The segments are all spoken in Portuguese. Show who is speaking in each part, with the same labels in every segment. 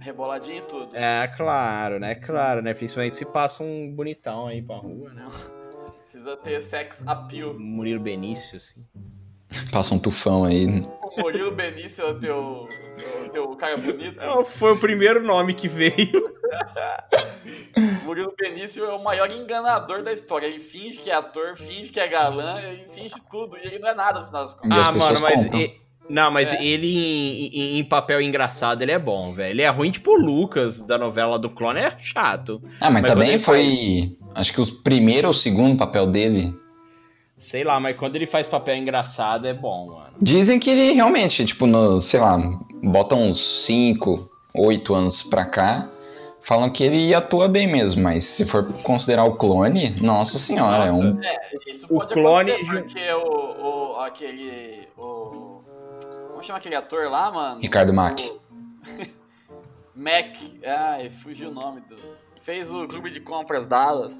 Speaker 1: Reboladinho e tudo.
Speaker 2: É, claro, né? Claro, né? Principalmente se passa um bonitão aí pra rua, né?
Speaker 1: Precisa ter sex appeal.
Speaker 2: Murilo Benício, assim.
Speaker 3: Passa um tufão aí.
Speaker 1: O Murilo Benício é o teu, o teu cara bonito.
Speaker 2: Não, foi o primeiro nome que veio.
Speaker 1: Murilo Benício é o maior enganador da história. Ele finge que é ator, finge que é galã, ele finge tudo. E ele não é nada no final das contas.
Speaker 3: E as
Speaker 2: ah, mano,
Speaker 3: pessoas
Speaker 2: mas.
Speaker 3: compram.
Speaker 2: e- não, mas
Speaker 1: É.
Speaker 2: ele em, em- em papel engraçado, ele é bom, velho. Ele é ruim, tipo o Lucas da novela do Clone, é chato.
Speaker 3: Ah,
Speaker 2: Mas
Speaker 3: mas,
Speaker 2: quando
Speaker 3: também
Speaker 2: ele
Speaker 3: foi. Acho que o primeiro ou segundo papel dele.
Speaker 2: Sei lá, mas quando ele faz papel engraçado, é bom, mano.
Speaker 3: Dizem que ele realmente, tipo, no, sei lá, botam uns 5, 8 anos pra cá. Falam que ele atua bem mesmo, mas se for considerar o clone, nossa senhora, é um.
Speaker 1: Isso
Speaker 2: Hum. O
Speaker 1: pode
Speaker 2: clone-
Speaker 1: acontecer, porque o, o- aquele. O, como chama aquele ator lá, mano?
Speaker 3: Ricardo Mack.
Speaker 1: O- Mack. Ah, fugiu o nome do. Fez o clube de compras Dallas.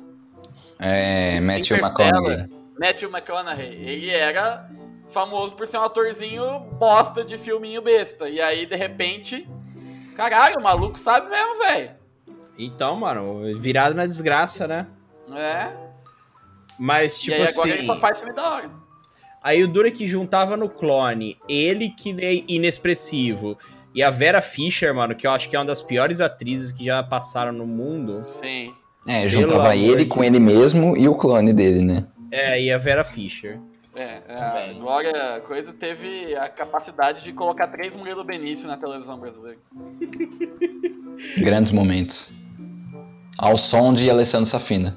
Speaker 3: É, Matthew
Speaker 1: Interstellar.
Speaker 3: McConaughey.
Speaker 1: Matthew McConaughey. Ele era famoso por ser um atorzinho bosta de filminho besta. E aí, de repente. Caralho, o maluco sabe mesmo, velho.
Speaker 2: Então, mano, virado na desgraça, né?
Speaker 1: É.
Speaker 2: Mas, tipo
Speaker 1: e aí,
Speaker 2: assim.
Speaker 1: agora ele só faz filme da hora.
Speaker 2: Aí o Dura que juntava no clone, ele que é inexpressivo. E a Vera Fischer, mano, que eu acho que é uma das piores atrizes que já passaram no mundo.
Speaker 1: Sim.
Speaker 3: É,
Speaker 2: Pelo
Speaker 3: juntava
Speaker 2: amor
Speaker 3: ele
Speaker 2: de
Speaker 3: com ele mesmo e o clone dele, né?
Speaker 2: É, e a Vera Fischer.
Speaker 1: É, a Glória Coisa teve a capacidade de colocar três Murilo Benício na televisão brasileira.
Speaker 3: Grandes momentos. Ao som de Alessandro Safina.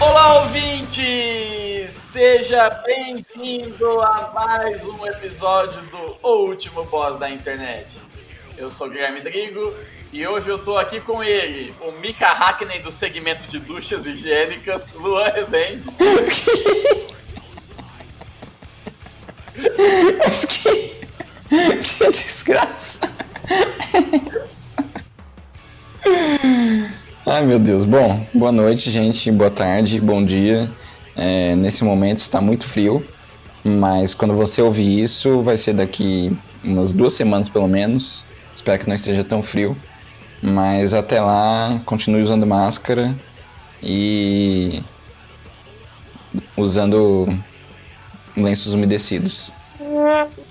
Speaker 1: Olá, ouvinte! Seja bem-vindo a mais um episódio do O Último Boss da Internet. Eu sou o Guilherme Drigo e hoje eu tô aqui com ele, o Mika Hackney do segmento de duchas higiênicas, Luan Rezende.
Speaker 3: Mas que, que desgraça. Ai, meu Deus. Bom, boa noite, gente. Boa tarde, bom dia. É, nesse momento está muito frio, mas quando você ouvir isso, vai ser daqui umas duas semanas pelo menos. Espero que não esteja tão frio. Mas até lá, continue usando máscara e usando lenços umedecidos.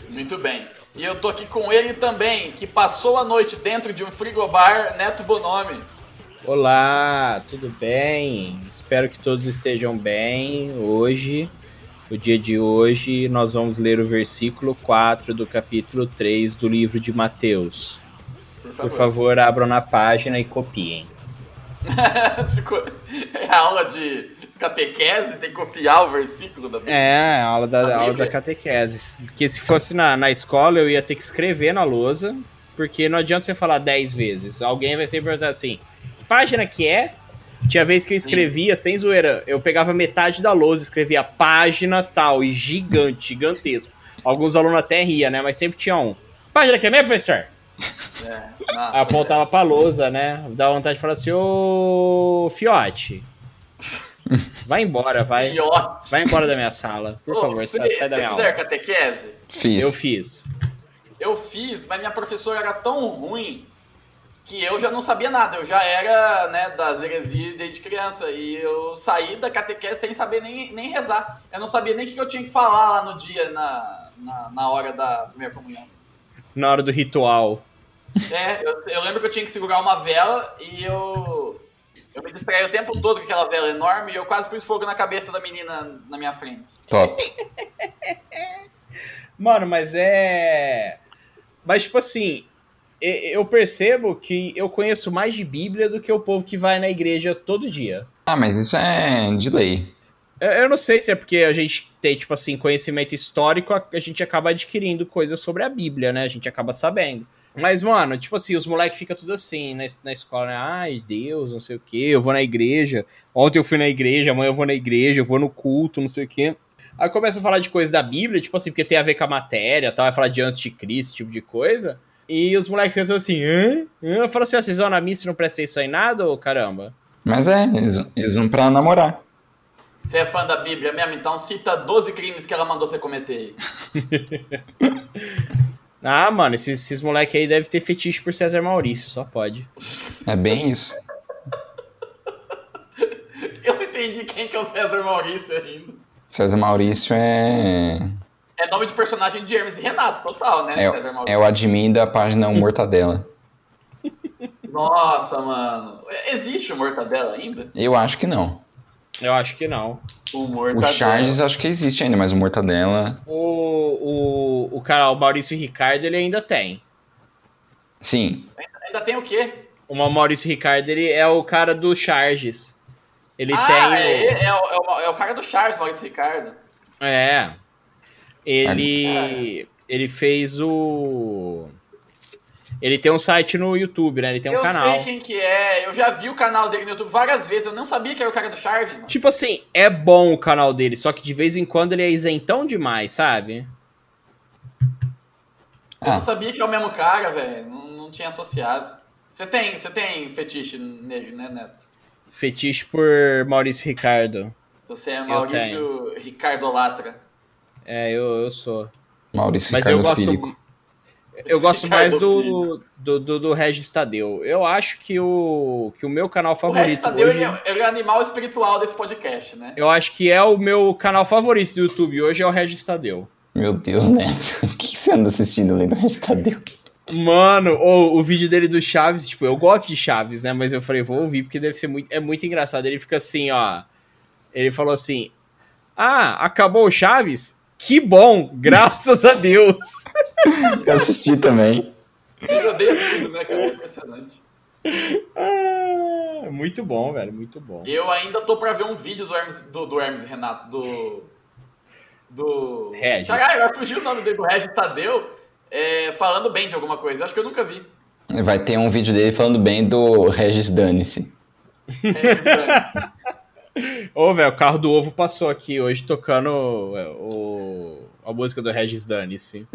Speaker 1: Muito bem. E eu tô aqui com ele também, que passou a noite dentro de um frigobar, Neto Bonomi.
Speaker 2: Olá, tudo bem? Espero que todos estejam bem hoje. O dia de hoje nós vamos ler o versículo 4 do capítulo 3 do livro de Mateus.
Speaker 1: Por favor.
Speaker 2: Por favor, abram na página e copiem.
Speaker 1: Ficou- é aula de catequese, tem que copiar o versículo da Bíblia.
Speaker 2: É, a aula da,
Speaker 1: A
Speaker 2: a aula
Speaker 1: Bíblia.
Speaker 2: da catequese. Porque se fosse na, na escola, eu ia ter que escrever na lousa, porque não adianta você falar 10 vezes. Alguém vai sempre perguntar assim, que página que é? Tinha vez que eu escrevia, sem zoeira, eu pegava metade da lousa, escrevia página tal, e gigante, gigantesco. Alguns alunos até ria, né? Mas sempre tinha um. Página que é minha, professor?
Speaker 1: É, nossa,
Speaker 2: Apontava pra lousa, né? Dava vontade de falar assim, ô fiote, vai embora, vai.
Speaker 1: que ótimo.
Speaker 2: Vai embora da minha sala, por
Speaker 1: Ô,
Speaker 2: favor,
Speaker 1: você,
Speaker 2: sai, sai da
Speaker 1: vocês
Speaker 2: minha
Speaker 1: fizeram
Speaker 2: aula.
Speaker 1: catequese?
Speaker 3: Fiz.
Speaker 2: Eu fiz.
Speaker 1: Eu fiz, mas minha professora era tão ruim que eu já não sabia nada. Eu já era né, das heresias desde criança. E eu saí da catequese sem saber nem, nem rezar. Eu não sabia nem o que eu tinha que falar lá no dia, na, na, na hora da primeira comunhão.
Speaker 2: Na hora do ritual.
Speaker 1: É, eu, eu lembro que eu tinha que segurar uma vela e eu. Eu me distraí o tempo todo com aquela vela enorme e eu quase pus fogo na cabeça da menina na minha frente.
Speaker 3: Top.
Speaker 2: Mano, mas é. Mas, tipo assim, e- eu percebo que eu conheço mais de Bíblia do que o povo que vai na igreja todo dia.
Speaker 3: Ah, mas isso é de lei.
Speaker 2: Eu, eu não sei se é porque a gente tem, tipo assim, conhecimento histórico, a, a gente acaba adquirindo coisas sobre a Bíblia, né? A gente acaba sabendo. Mas, mano, tipo assim, os moleques ficam tudo assim na, na escola, né? Ai, Deus, não sei o quê, eu vou na igreja. Ontem eu fui na igreja, amanhã eu vou na igreja, eu vou no culto, não sei o quê. Aí começa a falar de coisas da Bíblia, tipo assim, porque tem a ver com a matéria, tal, vai falar de antes de Cristo, tipo de coisa. E os moleques ficam assim, hã? hã? Eu falo assim, ó, vocês vão na missa e não prestam atenção em nada, ô caramba?
Speaker 3: Mas é, eles, eles vão pra namorar.
Speaker 1: Você é fã da Bíblia mesmo? Então cita 12 crimes que ela mandou você cometer aí.
Speaker 2: ah, mano, esses, esses moleques aí devem ter fetiche por César Maurício, só pode.
Speaker 3: É bem isso.
Speaker 1: Eu não entendi quem que é o César Maurício ainda.
Speaker 3: César Maurício é.
Speaker 1: É nome de personagem de Hermes e Renato, total, né,
Speaker 3: é,
Speaker 1: César
Speaker 3: Maurício? É o admin da página Mortadela.
Speaker 1: Nossa, mano. É, Existe o Mortadela ainda?
Speaker 3: Eu acho que não.
Speaker 2: Eu acho que não.
Speaker 1: O
Speaker 3: O
Speaker 1: Mortadela.
Speaker 3: Charges acho que existe ainda, mas o Mortadela.
Speaker 2: O, o, o cara, o Maurício Ricardo, ele ainda tem.
Speaker 3: Sim.
Speaker 1: Ainda tem o quê?
Speaker 2: O Maurício Ricardo, ele é o cara do Charges. Ele
Speaker 1: ah,
Speaker 2: tem. o-
Speaker 1: é, é o- é o, é o cara do Charles, Maurício Ricardo.
Speaker 2: É. Ele. Ele fez o. Ele tem um site no YouTube, né? Ele tem um
Speaker 1: eu
Speaker 2: canal.
Speaker 1: sei quem que é, eu já vi o canal dele no YouTube várias vezes, eu não sabia que era o cara do Charles, mano.
Speaker 2: Tipo assim, é bom o canal dele, só que de vez em quando ele é isentão demais, sabe?
Speaker 1: Eu
Speaker 3: Ah.
Speaker 1: não sabia que é o mesmo cara, velho. Não, não tinha associado. Você tem, você tem fetiche nele, né, Neto?
Speaker 2: Fetiche por Maurício Ricardo.
Speaker 1: Você é Maurício Ricardo Latra.
Speaker 2: É, eu, eu sou.
Speaker 3: Maurício
Speaker 2: Mas
Speaker 3: Ricardo
Speaker 2: eu gosto.
Speaker 3: Filipe.
Speaker 2: Eu gosto mais
Speaker 1: é Ricardo
Speaker 2: do, do, do, do Regis Tadeu. Eu acho que o, que o meu canal
Speaker 1: O
Speaker 2: favorito.
Speaker 1: resto Tadeu,
Speaker 2: hoje,
Speaker 1: ele, é, ele é o animal espiritual desse podcast, né?
Speaker 2: Eu acho que é o meu canal favorito do YouTube hoje é o Regis Tadeu.
Speaker 3: Meu Deus, Neto. O que que você anda assistindo além do Restadeu?
Speaker 2: Mano, ou o vídeo dele do Chaves, tipo, eu gosto de Chaves, né? Mas eu falei, vou ouvir porque deve ser muito, é muito engraçado. Ele fica assim, ó. Ele falou assim: "Ah, acabou o Chaves? Que bom, graças a Deus".
Speaker 3: Eu assisti também.
Speaker 1: Ele odeia tudo, né, cara? É impressionante.
Speaker 2: Ah, muito bom, velho, muito bom.
Speaker 1: Eu ainda tô pra ver um vídeo do Hermes, do, do Hermes Renato, do. Do.
Speaker 2: Regis.
Speaker 1: Caralho, vai fugir o nome dele, do Regis Tadeu, é, falando bem de alguma coisa. Eu acho que eu nunca vi.
Speaker 3: Vai ter um vídeo dele falando bem do Regis Dane-se.
Speaker 1: Regis Tadeu.
Speaker 2: Ô, velho, o carro do ovo passou aqui hoje tocando é, o, a música do Regis Danice.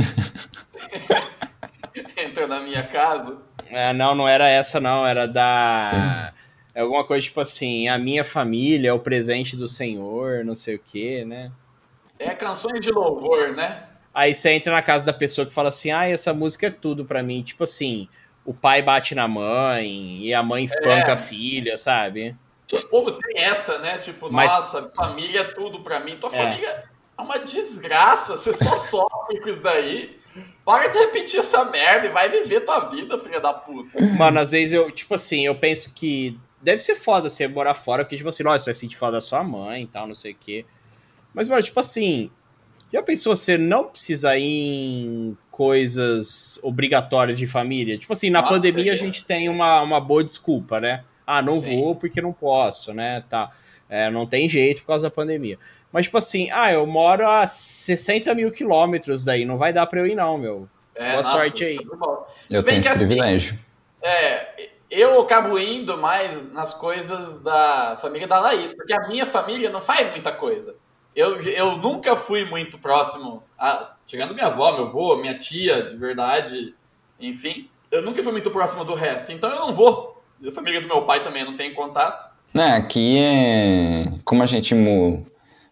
Speaker 1: Entrou na minha casa.
Speaker 2: É, não, não era essa, não. Era da. É alguma coisa tipo assim, a minha família, é o presente do Senhor, não sei o quê, né?
Speaker 1: É canções de louvor, né?
Speaker 2: Aí você entra na casa da pessoa que fala assim: ah, essa música é tudo pra mim. Tipo assim, o pai bate na mãe e a mãe espanca
Speaker 1: É.
Speaker 2: a filha, sabe?
Speaker 1: O povo tem essa, né? Tipo,
Speaker 2: Mas-
Speaker 1: nossa, família é tudo pra mim. Tua
Speaker 2: É.
Speaker 1: família é uma desgraça, você só sofre com isso daí. Para de repetir essa merda e vai viver tua vida, filha da puta.
Speaker 2: Mano, às vezes eu, tipo assim, eu penso que deve ser foda você morar fora, porque, tipo assim, nossa, você vai sentir falta da sua mãe e tal, não sei o quê. Mas, mano, tipo assim, já pensou você não precisa ir em coisas obrigatórias de família? Tipo assim, na
Speaker 1: Nossa,
Speaker 2: pandemia a
Speaker 1: eu-
Speaker 2: gente tem uma, uma boa desculpa, né? Ah, não
Speaker 1: Sim.
Speaker 2: vou porque não posso, né? Tá. É, não tem jeito por causa da pandemia. Mas, tipo assim, ah, eu moro a 60 mil quilômetros daí, não vai dar pra eu ir, não, meu.
Speaker 1: É,
Speaker 2: Boa sorte aí.
Speaker 1: isso é bom.
Speaker 3: Eu
Speaker 1: Se bem
Speaker 3: tenho
Speaker 1: que
Speaker 3: esse
Speaker 1: assim,
Speaker 3: privilégio.
Speaker 1: É, eu acabo indo mais nas coisas da família da Laís, porque a minha família não faz muita coisa. Eu, eu nunca fui muito próximo, a, tirando minha avó, meu avô, minha tia, de verdade, enfim, eu nunca fui muito próximo do resto, então eu não vou. A família do meu pai também não tem contato.
Speaker 3: Não, Né, aqui é. Como a gente mo-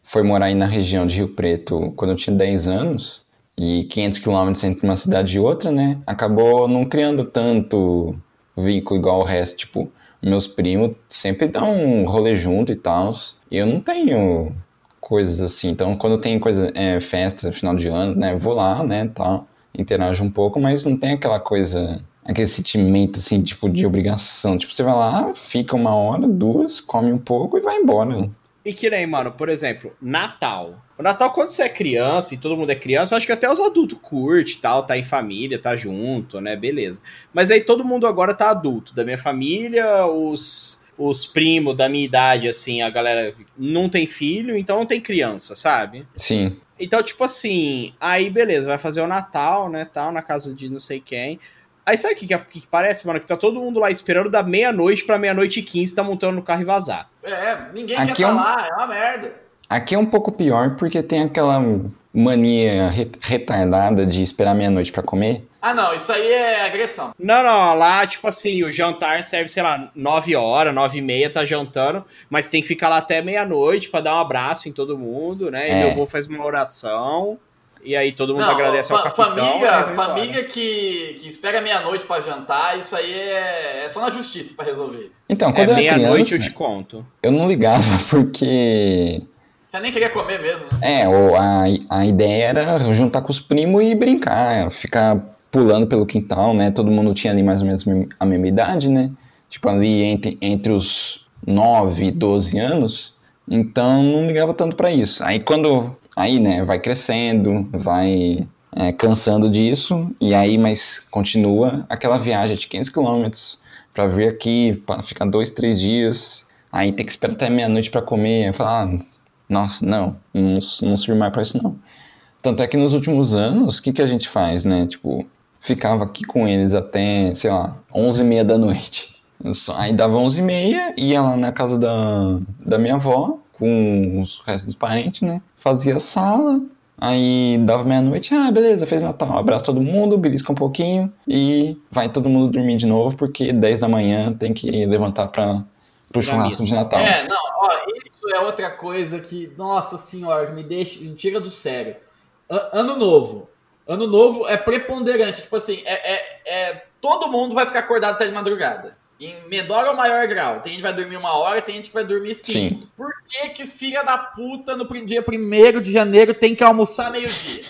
Speaker 3: foi morar aí na região de Rio Preto quando eu tinha 10 anos, e 500 quilômetros entre uma cidade e outra, né? Acabou não criando tanto vínculo igual o resto. Tipo, meus primos sempre dão um rolê junto e tal. E eu não tenho coisas assim. Então, quando tem coisa, é, festa, final de ano, né? Vou lá, né? Tal, interajo um pouco, mas não tem aquela coisa, aquele sentimento assim, tipo, de obrigação. Tipo, você vai lá, fica uma hora, duas, come um pouco e vai embora.
Speaker 2: E que nem, mano, por exemplo, Natal. O Natal, quando você é criança e todo mundo é criança, acho que até os adultos curte e tal, tá em família, tá junto, né? Beleza. Mas aí todo mundo agora tá adulto. Da minha família, os, os primos da minha idade, assim, a galera não tem filho, então não tem criança, sabe?
Speaker 3: Sim.
Speaker 2: Então, tipo assim, aí beleza, vai fazer o Natal, né, tal, na casa de não sei quem. Aí sabe o que, que, que parece, mano? Que tá todo mundo lá esperando da meia-noite pra meia-noite e 15, tá montando no carro e vazar.
Speaker 1: É, ninguém
Speaker 3: Aqui
Speaker 1: quer
Speaker 3: é
Speaker 1: tá
Speaker 3: um-
Speaker 1: lá, é uma merda.
Speaker 3: Aqui é um pouco pior porque tem aquela mania re- retardada de esperar meia-noite pra comer.
Speaker 1: Ah, não, isso aí é agressão.
Speaker 2: Não, não, lá, tipo assim, o jantar serve, sei lá, 9 horas, 9 e meia, tá jantando, mas tem que ficar lá até meia-noite pra dar um abraço em todo mundo, né?
Speaker 3: É.
Speaker 2: E meu avô faz uma oração, e aí todo mundo
Speaker 1: não,
Speaker 2: agradece ao
Speaker 1: fa-
Speaker 2: capitão. é e aí
Speaker 1: família,
Speaker 2: vai embora.
Speaker 1: família que, que espera meia-noite pra jantar, isso aí é, é só na justiça pra resolver isso.
Speaker 3: Então,
Speaker 2: É
Speaker 3: quando eu era
Speaker 2: meia-noite,
Speaker 3: criança,
Speaker 2: eu te conto.
Speaker 3: eu não ligava porque
Speaker 1: Você nem queria comer mesmo, né?
Speaker 3: É, o- a, a ideia era juntar com os primos e brincar, é, ficar pulando pelo quintal, né? Todo mundo tinha ali mais ou menos a mesma idade, né? Tipo, ali entre, entre os 9 e 12 anos. Então, não ligava tanto pra isso. Aí, quando. Aí, né, vai crescendo, vai é, cansando disso, e aí, mas continua aquela viagem de 500 quilômetros pra vir aqui, pra ficar dois, três dias. Aí tem que esperar até meia-noite pra comer. Aí Falar, ah, nossa, não, não, não serve mais pra isso não. Tanto é que nos últimos anos, o que, que a gente faz, né? Tipo, ficava aqui com eles até, sei lá, 11h30 da noite. Só- Aí dava 11h30, ia lá na casa da, da minha avó, com os restos dos parentes, né? Fazia sala, aí dava meia-noite, ah, beleza, fez Natal, abraça todo mundo, belisca um pouquinho e vai todo mundo dormir de novo, porque 10 da manhã tem que levantar pra, pro
Speaker 2: Pra
Speaker 3: churrasco
Speaker 2: missa.
Speaker 3: de Natal.
Speaker 1: É, não, ó, isso é outra coisa que, nossa senhora, que me deixa, me tira do sério. A- ano novo. Ano novo é preponderante, tipo assim, é, é- é- todo mundo vai ficar acordado até de madrugada. Em menor ou maior grau. Tem gente que vai dormir uma hora, tem gente que vai dormir cinco.
Speaker 3: Sim.
Speaker 1: Por que que filha da puta no prim- dia 1 de janeiro tem que almoçar meio-dia?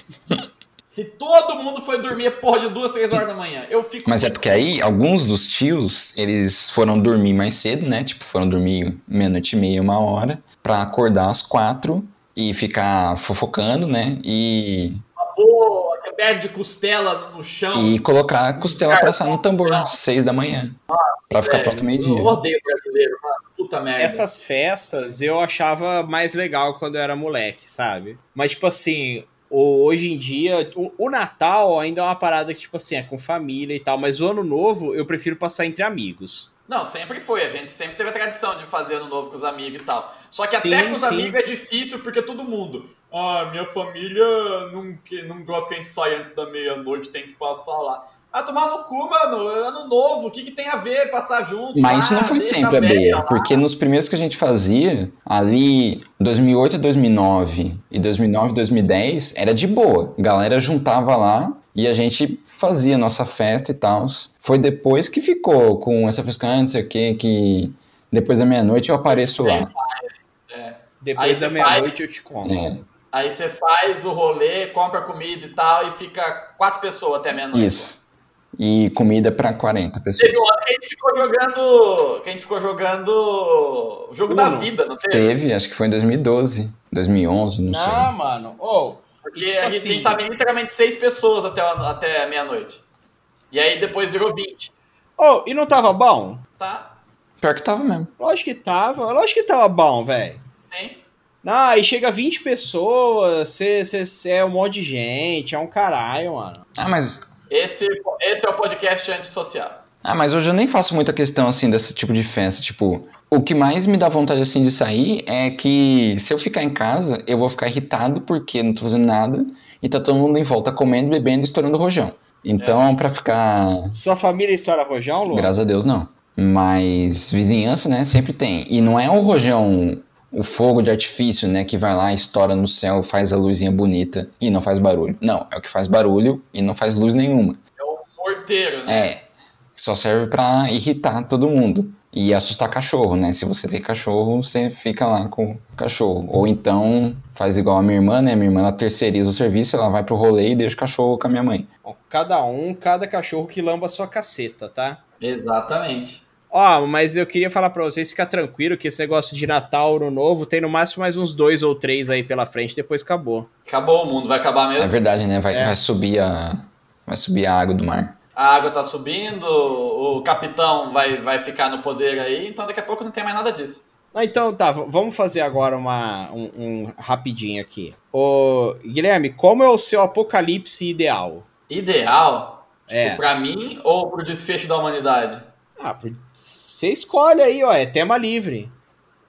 Speaker 1: Se todo mundo foi dormir, porra, de duas, três horas da manhã, eu fico...
Speaker 3: Mas é porque aí alguns dos tios, eles foram dormir mais cedo, né? Tipo, foram dormir meia-noite e meia, uma hora, pra acordar às quatro e ficar fofocando, né? E,
Speaker 1: Pô, perde costela no chão.
Speaker 3: e colocar a costela pra assar no tambor, às seis da manhã. pra ficar
Speaker 1: velho,
Speaker 3: pronto
Speaker 1: É, Eu
Speaker 3: meio-dia.
Speaker 1: odeio brasileiro, mano. Puta merda.
Speaker 2: Essas festas eu achava mais legal quando eu era moleque, sabe? Mas, tipo assim, o- hoje em dia, o, o Natal ainda é uma parada que, tipo assim, é com família e tal, mas o Ano Novo eu prefiro passar entre amigos.
Speaker 1: Não, sempre foi. A gente sempre teve a tradição de fazer ano novo com os amigos e tal. Só que
Speaker 2: Sim,
Speaker 1: até com os
Speaker 2: sim.
Speaker 1: amigos é difícil, porque todo mundo. Ah, minha família não, que- não gosta que a gente saia antes da meia-noite, tem que passar lá. Ah, tomar no cu, mano. Ano novo, o que, que tem a ver passar junto?
Speaker 3: Mas isso
Speaker 1: Ah,
Speaker 3: não foi
Speaker 1: deixa
Speaker 3: sempre a
Speaker 1: velha
Speaker 3: Beia,
Speaker 1: lá.
Speaker 3: porque nos primeiros que a gente fazia, ali 2008 e 2009, e 2009 e 2010, era de boa. A galera juntava lá e a gente fazia nossa festa e tal. Foi depois que ficou com essa festa, ah, não sei o que, que depois da meia-noite eu apareço lá.
Speaker 1: Aí
Speaker 2: Depois
Speaker 1: você
Speaker 2: da meia-noite
Speaker 1: faz.
Speaker 2: eu te conto.
Speaker 3: É,
Speaker 1: Aí você faz o rolê, compra comida e tal, e fica quatro pessoas até meia-noite.
Speaker 3: isso. E comida pra 40 pessoas.
Speaker 1: Teve um ano que a gente ficou jogando. Que a gente ficou jogando. o Jogo da
Speaker 2: Uno.
Speaker 1: vida, não teve? Ah.
Speaker 3: Teve, acho que foi em 2012, 2011, não,
Speaker 2: Não, mano. Ô,
Speaker 1: Porque
Speaker 2: E, tipo
Speaker 1: a, gente, tá- a gente
Speaker 2: assim-
Speaker 1: tava em literalmente seis pessoas até, até meia-noite. E aí depois virou 20,
Speaker 2: ô, e não tava bom?
Speaker 1: tá?
Speaker 3: sei. Pior que tava mesmo.
Speaker 2: Lógico que tava. Lógico que tava bom, velho.
Speaker 1: Sim.
Speaker 2: Ah, e chega 20 pessoas, você é um monte de gente, é um caralho, mano.
Speaker 3: Ah, mas
Speaker 1: Esse, esse é o podcast antissocial.
Speaker 3: Ah, mas hoje eu nem faço muita questão assim desse tipo de festa. Tipo, o que mais me dá vontade assim de sair é que se eu ficar em casa, eu vou ficar irritado porque não tô fazendo nada e tá todo mundo em volta comendo, bebendo, e estourando rojão. Então, pra ficar,
Speaker 2: Sua família estoura rojão, Lu?
Speaker 3: graças a Deus, não. Mas vizinhança, né, sempre tem. E não é o rojão, o fogo de artifício, né, que vai lá, estoura no céu, faz a luzinha bonita e não faz barulho. Não, é o que faz barulho e não faz luz nenhuma.
Speaker 1: Morteiro, né?
Speaker 3: É, só serve pra irritar todo mundo. E assustar cachorro, né? Se você tem cachorro, você fica lá com o cachorro. Ou então faz igual a minha irmã, né? Minha irmã ela terceiriza o serviço, ela vai pro rolê e deixa o cachorro com a minha mãe.
Speaker 2: Ó, Cada um, cada cachorro que lamba a sua caceta, tá?
Speaker 1: Exatamente.
Speaker 2: Ó, mas eu queria falar pra vocês, ficar tranquilo que esse negócio de Natal, Ano Novo, tem no máximo mais uns dois ou três aí pela frente, depois acabou.
Speaker 1: Acabou o mundo, vai acabar
Speaker 3: É
Speaker 1: mesmo.
Speaker 3: verdade, né? Vai,
Speaker 2: É.
Speaker 3: vai subir a. Vai subir a água do mar.
Speaker 1: a água tá subindo, o capitão vai, vai ficar no poder aí, então daqui a pouco não tem mais nada disso.
Speaker 2: Ah, Então tá, v- vamos fazer agora uma, um, um rapidinho aqui. Ô, Guilherme, como é o seu apocalipse ideal?
Speaker 1: Ideal, tipo,
Speaker 2: É.
Speaker 1: pra mim ou pro desfecho da humanidade?
Speaker 2: Ah, por- você escolhe aí, ó, é tema livre.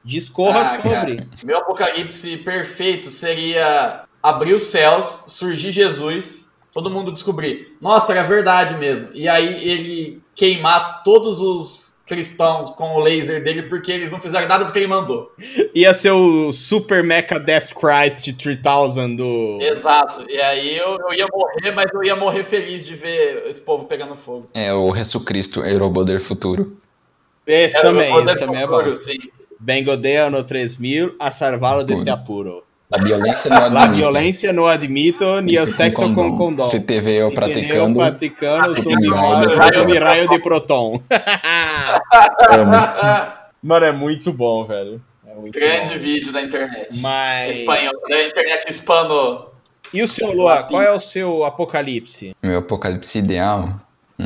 Speaker 2: Discorra
Speaker 1: Ah,
Speaker 2: sobre.
Speaker 1: Meu apocalipse perfeito seria abrir os céus, surgir Jesus, todo mundo descobrir. Nossa, era verdade mesmo. E aí ele queimar todos os cristãos com o laser dele porque eles não fizeram nada do que ele mandou.
Speaker 2: Ia ser o Super Mecha Death Christ 3000 do.
Speaker 1: Exato. E aí eu, eu ia morrer, mas eu ia morrer feliz de ver esse povo pegando fogo.
Speaker 3: É o Jesus Cristo Euroboder Futuro.
Speaker 2: Esse
Speaker 1: Era o
Speaker 2: também,
Speaker 1: poder
Speaker 2: esse também é bom.
Speaker 1: futuro, sim.
Speaker 2: Bengodea no 3000, a salvá-lo deste
Speaker 3: Puro.
Speaker 2: apuro.
Speaker 3: A violência não é
Speaker 2: La
Speaker 3: admite.
Speaker 2: violência não admito, ni o
Speaker 3: Isso com
Speaker 2: sexo com
Speaker 3: condom.
Speaker 2: condom.
Speaker 3: Se TV eu
Speaker 2: Se
Speaker 3: praticando, né?
Speaker 2: praticando,
Speaker 3: se
Speaker 2: sou
Speaker 3: me
Speaker 2: miraio
Speaker 1: raio
Speaker 2: de-
Speaker 1: de
Speaker 2: sou miraio de proton.
Speaker 3: Amo.
Speaker 2: Mano, é muito bom, velho. É muito
Speaker 1: Grande
Speaker 2: bom.
Speaker 1: vídeo da internet.
Speaker 2: Mas-
Speaker 1: Espanhol, da internet hispano.
Speaker 2: E o seu, Luan, qual é o seu apocalipse?
Speaker 3: Meu apocalipse ideal?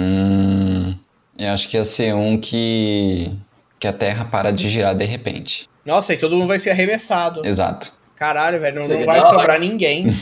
Speaker 3: Hum, eu acho que ia ser um que que a Terra para de girar de repente.
Speaker 2: Nossa, e todo mundo vai ser arremessado.
Speaker 3: Exato.
Speaker 2: Caralho, velho, não,
Speaker 1: Você
Speaker 2: não
Speaker 1: quer
Speaker 2: vai
Speaker 1: dar uma-
Speaker 2: sobrar ninguém.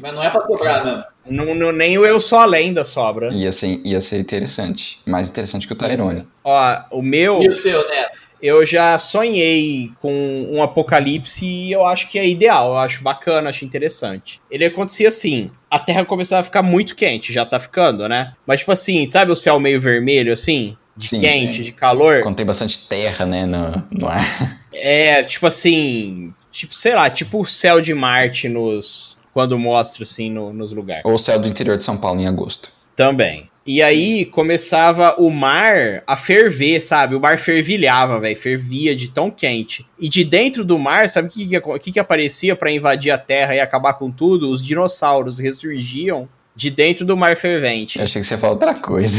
Speaker 1: Mas não é pra sobrar, né?
Speaker 2: não, não- nem o Eu Sou a Lenda sobra.
Speaker 3: Ia ser, ia ser interessante. Mais interessante que o Tyrone.
Speaker 2: Ó, o meu,
Speaker 1: E o seu, Neto?
Speaker 2: eu já sonhei com um apocalipse e eu acho que é ideal, eu acho bacana, acho interessante. Ele acontecia assim, a Terra começava a ficar muito quente, já tá ficando, né? Mas tipo assim, sabe o céu meio vermelho assim? De
Speaker 3: Sim,
Speaker 2: quente,
Speaker 1: sim.
Speaker 2: de calor?
Speaker 3: Quando tem bastante terra, né, no, no ar.
Speaker 2: É, tipo assim, tipo, sei lá, tipo o céu de Marte nos quando mostra assim no- nos lugares.
Speaker 3: Ou o céu do interior de São Paulo em agosto.
Speaker 2: Também. E aí começava o mar a ferver, sabe? O mar fervilhava, velho, fervia de tão quente. E de dentro do mar, sabe o que, que, o que, que aparecia pra invadir a terra e acabar com tudo? Os dinossauros ressurgiam de dentro do mar fervente.
Speaker 3: Eu achei que você ia falar outra coisa.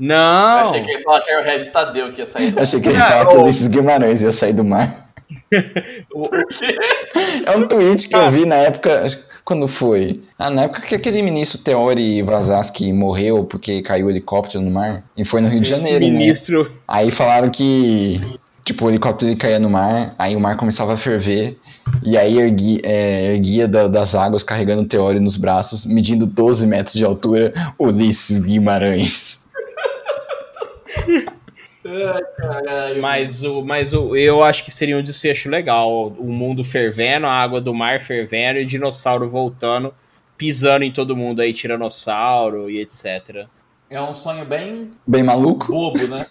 Speaker 1: Eu
Speaker 2: Não!
Speaker 1: achei que ele falava que era o Regis Tadeu que ia sair.
Speaker 3: Eu achei que ele
Speaker 2: Ah,
Speaker 3: falava que
Speaker 2: ou-
Speaker 3: o Ulisses Guimarães ia sair do mar.
Speaker 2: O-
Speaker 3: É um tweet que eu vi na época. acho que- Quando foi? Ah, na época que aquele ministro Teori Vazaski morreu porque caiu o helicóptero no mar. E foi no Rio de Janeiro, né?
Speaker 2: ministro.
Speaker 3: Aí falaram que, tipo, o helicóptero ele caía no mar, aí o mar começava a ferver, e aí ergui- é, erguia da- das águas, carregando o Teório nos braços, medindo 12 metros de altura, Ulisses Guimarães.
Speaker 1: Caralho.
Speaker 2: Mas, o, mas o, eu acho que seria um desfecho legal. O mundo fervendo, a água do mar fervendo e o dinossauro voltando, pisando em todo mundo aí, tiranossauro e etc.
Speaker 1: É um sonho bem
Speaker 3: Bem maluco?
Speaker 1: bobo, né?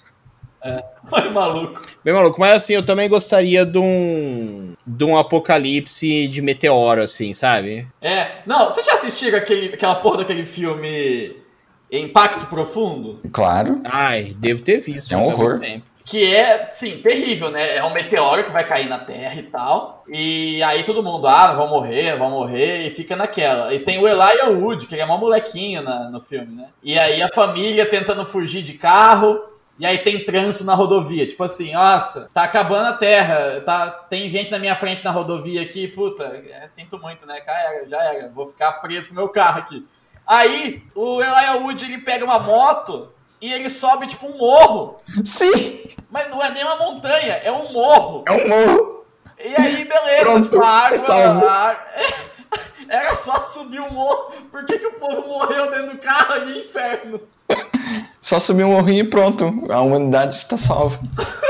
Speaker 1: É, sonho maluco.
Speaker 2: Bem maluco, mas assim, eu também gostaria de um, de um apocalipse de meteoro, assim, sabe?
Speaker 1: É, não, vocês já assistiram aquele, aquela porra daquele filme Impacto Profundo?
Speaker 3: Claro.
Speaker 2: Ai, devo ter visto.
Speaker 3: É um
Speaker 2: mas faz
Speaker 3: horror.
Speaker 2: muito tempo.
Speaker 1: Que é, sim, terrível, né? É um meteoro que vai cair na Terra e tal. E aí todo mundo, ah, vão morrer, vão morrer, e fica naquela. E tem o Elijah Wood, que ele é uma molequinho na- no filme, né? E aí a família tentando fugir de carro. E aí tem trânsito na rodovia. Tipo assim, nossa, tá acabando a terra. Tá, tem gente na minha frente na rodovia aqui. Puta, é, sinto muito, né? Já era, já era. Vou ficar preso com o meu carro aqui. Aí o Elijah Wood, ele pega uma moto e ele sobe tipo um morro.
Speaker 3: Sim,
Speaker 1: Mas não é nem uma montanha, é um morro.
Speaker 3: é um morro.
Speaker 1: E aí, beleza,
Speaker 3: Pronto, é
Speaker 1: tipo, a água.
Speaker 3: salvo.
Speaker 1: a água- Era só subir o morro. Por que, que o povo morreu dentro do carro ali, inferno?
Speaker 3: Só subir um morrinho e pronto, a humanidade está salva.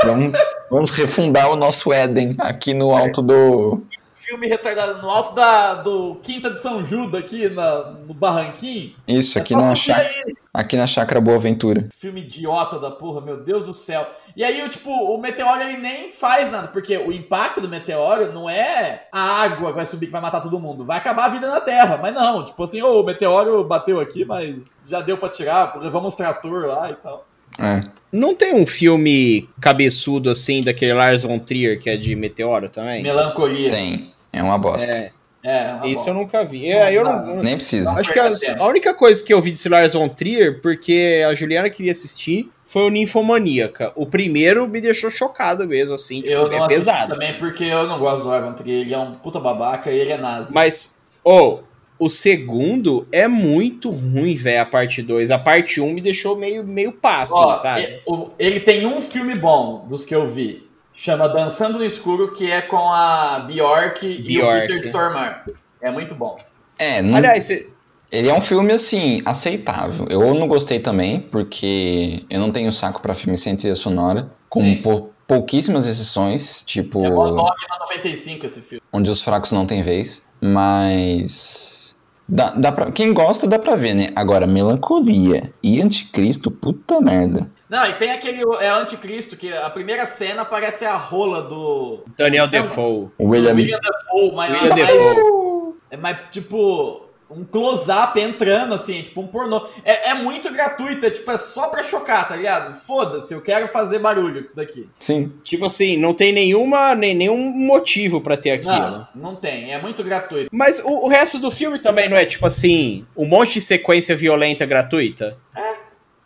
Speaker 3: Vamos, vamos refundar o nosso Éden aqui no alto do.
Speaker 1: Filme retardado no alto da, do Quinta de São Judas, aqui na, no Barranquinho.
Speaker 3: Isso,
Speaker 1: É
Speaker 3: aqui
Speaker 1: só
Speaker 3: na,
Speaker 1: subir
Speaker 3: chá-
Speaker 1: ali.
Speaker 3: aqui na Chácara Boa Ventura.
Speaker 1: Filme idiota da porra, meu Deus do céu. E aí, o, tipo, o meteoro ele nem faz nada, porque o impacto do meteoro não é a água que vai subir que vai matar todo mundo. Vai acabar a vida na Terra, mas não. Tipo assim, ô, o meteoro bateu aqui, mas já deu pra tirar, levamos um trator lá e tal.
Speaker 3: É.
Speaker 2: Não tem um filme cabeçudo, assim, daquele Lars von Trier, que é de meteoro também?
Speaker 1: Melancolia.
Speaker 3: Tem. É uma bosta.
Speaker 2: É,
Speaker 1: É, uma
Speaker 2: isso
Speaker 1: bosta.
Speaker 2: eu nunca vi.
Speaker 1: Ah,
Speaker 2: É, eu não...
Speaker 3: Nem precisa.
Speaker 2: Acho que a,
Speaker 1: é.
Speaker 2: a única coisa que eu vi desse Lars von Trier, porque a Juliana queria assistir, foi o Ninfomaníaca. O primeiro me deixou chocado mesmo, assim, tipo,
Speaker 1: Eu não
Speaker 2: é
Speaker 1: assisti
Speaker 2: pesado.
Speaker 1: também porque eu não gosto do Ivan Trier, ele é um puta babaca e ele é nazi.
Speaker 2: Mas, ou, O segundo é muito ruim, velho, a parte 2. A parte 1 um me deixou meio, meio passo,
Speaker 1: Ó,
Speaker 2: assim,
Speaker 1: é-
Speaker 2: sabe?
Speaker 1: e- o- ele tem um filme bom dos que eu vi. Chama Dançando no Escuro, que é com a Bjork, e o
Speaker 2: Bjork.
Speaker 1: Peter Stormare. É muito bom.
Speaker 3: É, não,
Speaker 2: Aliás, cê-
Speaker 3: ele é um filme, assim, aceitável. Eu não gostei também, porque eu não tenho saco pra filme sem trilha sonora, com
Speaker 1: Sim.
Speaker 3: pou- pouquíssimas exceções, tipo...
Speaker 1: É uma na 95 esse filme.
Speaker 3: onde os fracos não têm vez, mas dá, dá pra, quem gosta dá pra ver, né? Agora, melancolia e anticristo, puta merda.
Speaker 1: Não, e tem aquele é anticristo, que a primeira cena parece a rola do
Speaker 2: Daniel
Speaker 1: Chama.
Speaker 2: Defoe.
Speaker 3: O William,
Speaker 1: William Dafoe, mas,
Speaker 2: William
Speaker 1: mas-
Speaker 2: Defoe.
Speaker 1: é mais tipo um close-up entrando, assim, tipo um pornô. É, é muito gratuito, é tipo, é só pra chocar, tá ligado? Foda-se, eu quero fazer barulho com isso daqui.
Speaker 3: sim,
Speaker 2: Tipo assim, não tem nenhuma, nem, nenhum motivo pra ter aquilo.
Speaker 1: Não, não tem, é muito gratuito.
Speaker 2: Mas o, o resto do filme também não é, tipo assim, um monte de sequência violenta gratuita?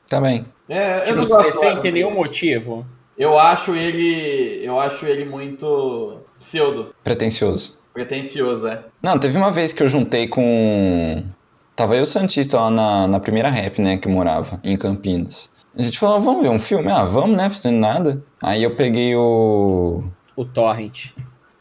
Speaker 3: tá bem.
Speaker 1: É, eu
Speaker 2: Tipo,
Speaker 1: não
Speaker 2: sem-
Speaker 1: gosto.
Speaker 2: sem
Speaker 1: eu
Speaker 2: ter
Speaker 1: não-
Speaker 2: nenhum motivo?
Speaker 1: Eu acho ele. Eu acho ele muito pseudo,
Speaker 3: Pretencioso.
Speaker 1: pretencioso, é.
Speaker 3: Não, teve uma vez que eu juntei com. Tava eu e o Santista lá na, na primeira rap, né, que eu morava, em Campinas. A gente falou, vamos ver um filme? Ah, vamos, né? Fazendo nada. Aí eu peguei o.
Speaker 2: O Torrent.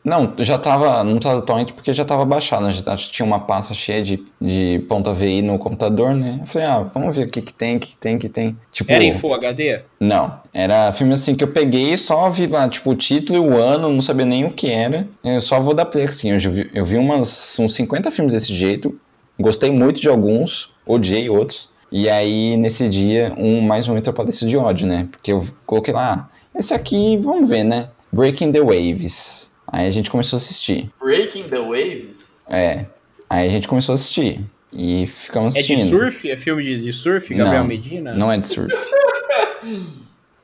Speaker 3: Não, já tava. Não tava torrent porque já tava baixado, né? Já tinha uma pasta cheia de, de ponta VI no computador, né? Eu falei, ah, vamos ver o que, que tem, o que que tem, o que tem. Tipo.
Speaker 2: Era em Full É HD?
Speaker 3: Não. Era filme assim que eu peguei, só vi lá, tipo, o título e o ano, não sabia nem o que era. Eu só vou dar play assim. Eu já vi, eu vi umas, uns 50 filmes desse jeito. Gostei muito de alguns, odiei outros. E aí, nesse dia, um mais um entrou pra lista de ódio, né? Porque eu coloquei lá, ah, esse aqui, vamos ver, né? Breaking the Waves. Aí a gente começou a assistir.
Speaker 1: Breaking the Waves?
Speaker 3: É. Aí a gente começou a assistir. E ficamos
Speaker 2: É
Speaker 3: assistindo.
Speaker 2: de surf? É filme de, de surf? Gabriel
Speaker 3: Não,
Speaker 2: Medina?
Speaker 3: Não é de surf.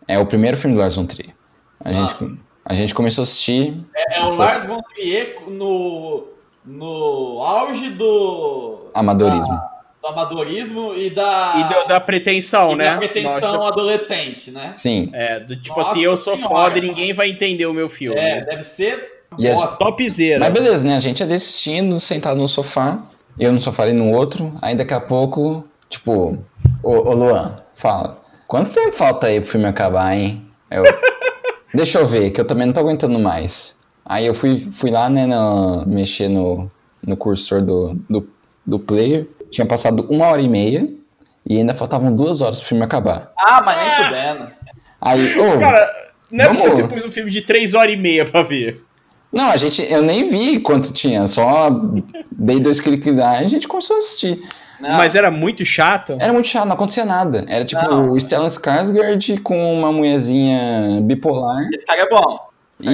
Speaker 3: é o primeiro filme do Lars von Trier. A
Speaker 1: Nossa.
Speaker 3: gente, a gente começou a assistir.
Speaker 1: É, é o Lars von Trier no, no auge do,
Speaker 3: Amadorismo.
Speaker 1: do amadorismo e da,
Speaker 2: E da, da pretensão,
Speaker 1: e
Speaker 2: né?
Speaker 1: da pretensão adolescente, né?
Speaker 3: Sim.
Speaker 2: É, do tipo
Speaker 1: Nossa
Speaker 2: assim, eu sou
Speaker 1: senhora,
Speaker 2: foda e
Speaker 1: mano.
Speaker 2: ninguém vai entender o meu filme.
Speaker 1: É, deve ser
Speaker 3: E é a-
Speaker 1: bosta.
Speaker 2: Topzera.
Speaker 3: Mas beleza, né? A gente ia assistindo, sentado no sofá. Eu no sofá e no outro. Aí daqui a pouco, tipo, ô, ô Luan, fala. Quanto tempo falta aí pro filme acabar, hein? Eu, Deixa eu ver, que eu também não tô aguentando mais. Aí eu fui, fui lá, né, na- mexer no, no cursor do, do, do player. Tinha passado uma hora e meia e ainda faltavam duas horas pro filme acabar.
Speaker 1: Ah, mas nem
Speaker 2: É.
Speaker 1: fudendo.
Speaker 3: Aí, ô,
Speaker 2: Cara, não é
Speaker 3: Vamos.
Speaker 2: possível que você pôs um filme de 3 horas e meia pra ver.
Speaker 3: não, a gente, eu nem vi quanto tinha, só dei dois cliques lá e a gente começou a assistir.
Speaker 1: Não, É.
Speaker 2: Mas era muito chato.
Speaker 3: Era muito chato, não acontecia nada. Era tipo
Speaker 1: Não.
Speaker 3: o Stellan Skarsgård com uma mulherzinha bipolar.
Speaker 1: esse cara é bom. Esse cara é bom.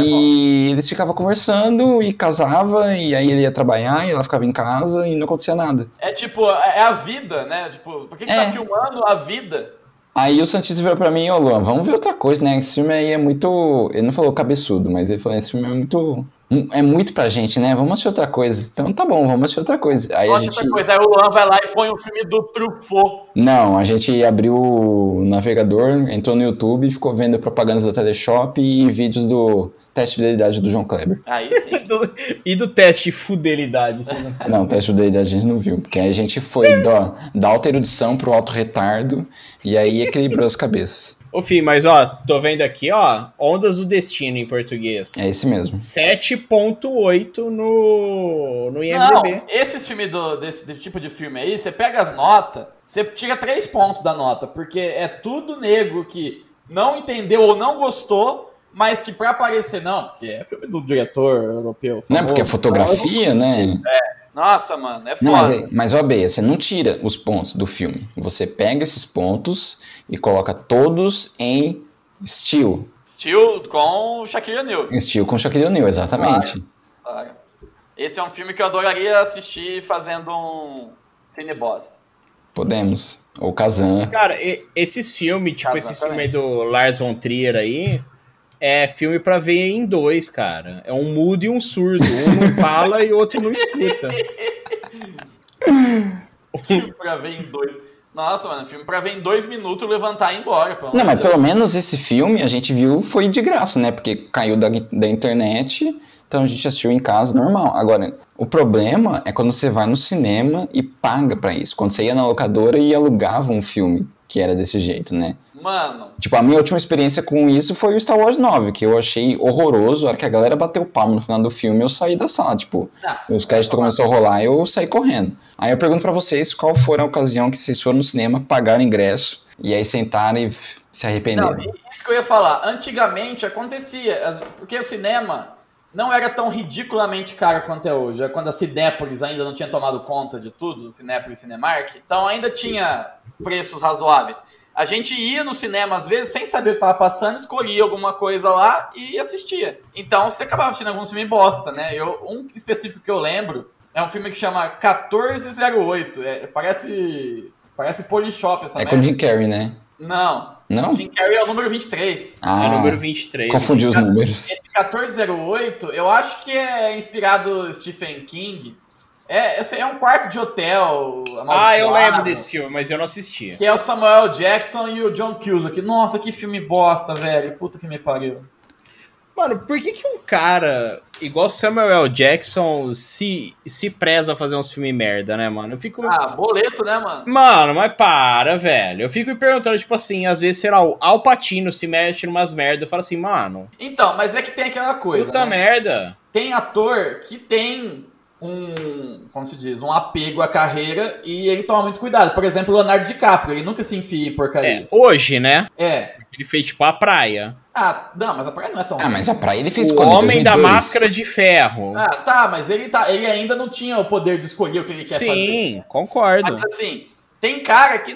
Speaker 3: E eles ficavam conversando e casava, e aí ele ia trabalhar e ela ficava em casa e não acontecia nada.
Speaker 1: É tipo, é a vida, né? Tipo, por que, que
Speaker 3: É.
Speaker 1: tá filmando a vida?
Speaker 3: Aí o Santista virou pra mim, ô Luan, vamos ver outra coisa, né? Esse filme aí é muito. Ele não falou cabeçudo, mas ele falou, esse filme é muito. É muito pra gente, né? Vamos assistir outra coisa. Então tá bom, vamos assistir outra coisa. Aí a
Speaker 1: Nossa,
Speaker 3: gente.
Speaker 1: outra coisa, aí o Luan vai lá e põe o filme do Truffaut.
Speaker 3: Não, a gente abriu o navegador, entrou no YouTube, ficou vendo propagandas da Teleshop e vídeos do teste de fidelidade do João Kleber.
Speaker 1: Aí sim.
Speaker 2: Do- e do teste de assim, né? fidelidade. vocês não-
Speaker 3: Não, o teste do dedo a gente não viu, porque aí a gente foi da, da alta erudição pro alto retardo e aí equilibrou as cabeças.
Speaker 2: Ô, Fih, mas ó, tô vendo aqui, ó, Ondas do Destino em português.
Speaker 3: É esse mesmo.
Speaker 2: 7.8 no, no IMDB.
Speaker 1: Não, esse filme do, desse, desse tipo de filme aí, você pega as notas, você tira três pontos da nota, porque é tudo negro que não entendeu ou não gostou, mas que pra aparecer não, porque é filme do diretor europeu.
Speaker 3: Não é
Speaker 1: famoso.
Speaker 3: porque é fotografia, né?
Speaker 1: Nossa, mano, é
Speaker 3: Não,
Speaker 1: foda.
Speaker 3: mas, mas ó, Beia, você não tira os pontos do filme. Você pega esses pontos e coloca todos em estilo.
Speaker 1: Steel com Shaquille O'Neal.
Speaker 3: Em estilo com Shaquille O'Neal, exatamente.
Speaker 1: claro. Esse é um filme que eu adoraria assistir fazendo um cineboss.
Speaker 3: Podemos. Ou Kazan.
Speaker 2: Cara, e- esses filmes, tipo,
Speaker 1: Ah,
Speaker 2: esse filme
Speaker 1: exatamente.
Speaker 2: aí do Lars von Trier aí, é filme pra ver em dois, cara. É um mudo e um surdo. Um não fala e o outro não escuta.
Speaker 1: filme pra ver em dois. Nossa, mano, filme pra ver em dois minutos, levantar e ir embora. pelo
Speaker 3: Não,
Speaker 1: amor
Speaker 3: mas
Speaker 1: de
Speaker 3: pelo menos esse filme a gente viu foi de graça, né? Porque caiu da, da internet, Então a gente assistiu em casa normal. Agora, o problema é quando você vai no cinema e paga pra isso. Quando você ia na locadora e alugava um filme que era desse jeito, né?
Speaker 1: Mano,
Speaker 3: Tipo, a minha última experiência com isso foi o Star Wars 9, que eu achei horroroso. A hora que a galera bateu palmo no final do filme, eu saí da sala. Tipo,
Speaker 1: tá.
Speaker 3: os créditos começaram a rolar e eu saí correndo. Aí eu pergunto pra vocês qual foi a ocasião que vocês foram no cinema, pagaram o ingresso, e aí sentaram e se
Speaker 1: Não,
Speaker 3: arrependeram.
Speaker 1: e isso que eu ia falar. Antigamente acontecia, as- porque o cinema não era tão ridiculamente caro quanto é hoje. É Quando a Cinépolis ainda não tinha tomado conta de tudo, Cinépolis e Cinemark, então ainda tinha preços razoáveis. A gente ia no cinema, às vezes, sem saber o que estava passando, escolhia alguma coisa lá e assistia. Então você acabava assistindo algum filme bosta, né? Eu, um específico que eu lembro é um filme que chama 1408. É, parece. Parece Polishop essa
Speaker 3: é com o
Speaker 1: merda.
Speaker 3: Jim Carrey, né?
Speaker 1: Não.
Speaker 3: Não?
Speaker 1: Jim Carrey é o número 23.
Speaker 2: É o
Speaker 3: Ah,
Speaker 2: número 23.
Speaker 3: confundi os números.
Speaker 1: Esse 1408, eu acho que é inspirado Stephen King. É, esse aí é um quarto de hotel.
Speaker 2: Ah, eu
Speaker 1: amaldiçoado,
Speaker 2: lembro desse filme, mas eu não assistia.
Speaker 1: Que é o Samuel Jackson e o John Cusack. Nossa, que filme bosta, velho. Puta que me pariu.
Speaker 2: Mano, por que, que um cara igual Samuel L. Jackson se, se preza a fazer uns filmes merda, né, mano? Eu fico.
Speaker 1: Ah, boleto, né, mano?
Speaker 2: Mano, mas para, velho. Eu fico me perguntando, tipo assim, às vezes, sei lá, o Al Pacino se mete numas merda. Eu falo assim, mano,
Speaker 1: Então, mas é que tem aquela coisa. né?
Speaker 2: puta merda.
Speaker 1: tem ator que tem um, como se diz, um apego à carreira e ele toma muito cuidado. Por exemplo, o Leonardo DiCaprio, ele nunca se enfia em
Speaker 2: É,
Speaker 1: porcaria.
Speaker 2: hoje, né?
Speaker 1: É.
Speaker 2: Ele fez tipo a praia.
Speaker 1: Ah, não, mas a praia não é tão
Speaker 3: Ah, mas a praia ele fez
Speaker 2: o
Speaker 3: quando?
Speaker 2: Homem da
Speaker 3: 2002?
Speaker 2: Máscara de Ferro.
Speaker 1: Ah, tá, mas ele, tá, ele ainda não tinha o poder de escolher o que ele quer fazer.
Speaker 2: Sim, concordo.
Speaker 1: Mas assim, tem cara que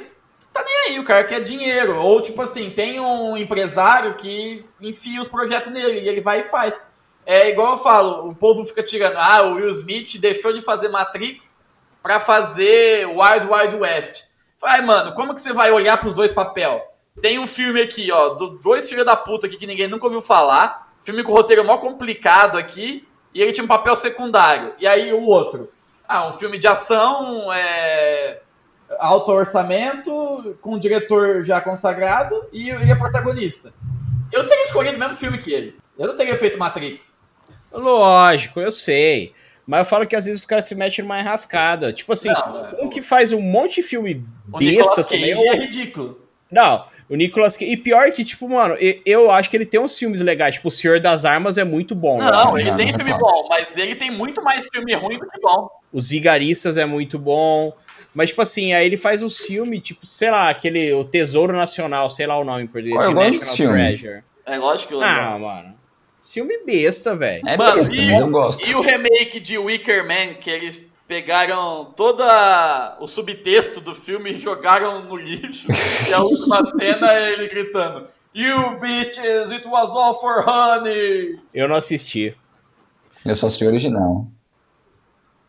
Speaker 1: tá nem aí, o cara quer dinheiro. Ou tipo assim, tem um empresário que enfia os projetos nele e ele vai e faz. É igual eu falo, o povo fica tirando, ah, o Will Smith deixou de fazer Matrix pra fazer Wild Wild West. Vai, mano, como que você vai olhar pros dois papel? Tem um filme aqui, ó, do dois filhos da puta aqui que ninguém nunca ouviu falar. Filme com roteiro mó complicado aqui. E ele tinha um papel secundário. E aí o outro. Ah, um filme de ação, é, alto orçamento, com um diretor já consagrado e ele é protagonista. Eu teria escolhido o mesmo filme que ele. Eu não teria feito Matrix.
Speaker 2: Lógico, eu sei. Mas eu falo que às vezes os caras se metem numa enrascada. Tipo assim,
Speaker 1: Não, é,
Speaker 2: um que faz um monte de filme
Speaker 1: O
Speaker 2: besta
Speaker 1: Nicolas
Speaker 2: também.
Speaker 1: Cage
Speaker 2: ou-
Speaker 1: é ridículo.
Speaker 2: Não, o Nicolas Cage. E pior que, tipo, mano, e- eu acho que ele tem uns filmes legais. Tipo, O Senhor das Armas é muito bom. mano.
Speaker 1: Não, ele
Speaker 3: não,
Speaker 1: tem
Speaker 3: não
Speaker 1: filme
Speaker 3: fala.
Speaker 1: bom, mas ele tem muito mais filme ruim do que bom.
Speaker 2: Os Vigaristas é muito bom. Mas, tipo assim, aí ele faz um filme, tipo, sei lá, aquele. O Tesouro Nacional, sei lá o nome em português.
Speaker 3: Pô, eu
Speaker 2: The
Speaker 3: gosto
Speaker 2: National
Speaker 3: desse filme.
Speaker 2: Treasure.
Speaker 1: É lógico que
Speaker 2: Ah, mano. Filme besta, velho.
Speaker 3: É
Speaker 1: Mano,
Speaker 3: besta,
Speaker 1: e-
Speaker 3: mas eu gosto.
Speaker 1: E o remake de Wicker Man, que eles pegaram todo o subtexto do filme e jogaram no lixo. E a última cena é ele gritando: You bitches, it was all for honey!
Speaker 2: Eu não assisti.
Speaker 3: Eu só assisti o original.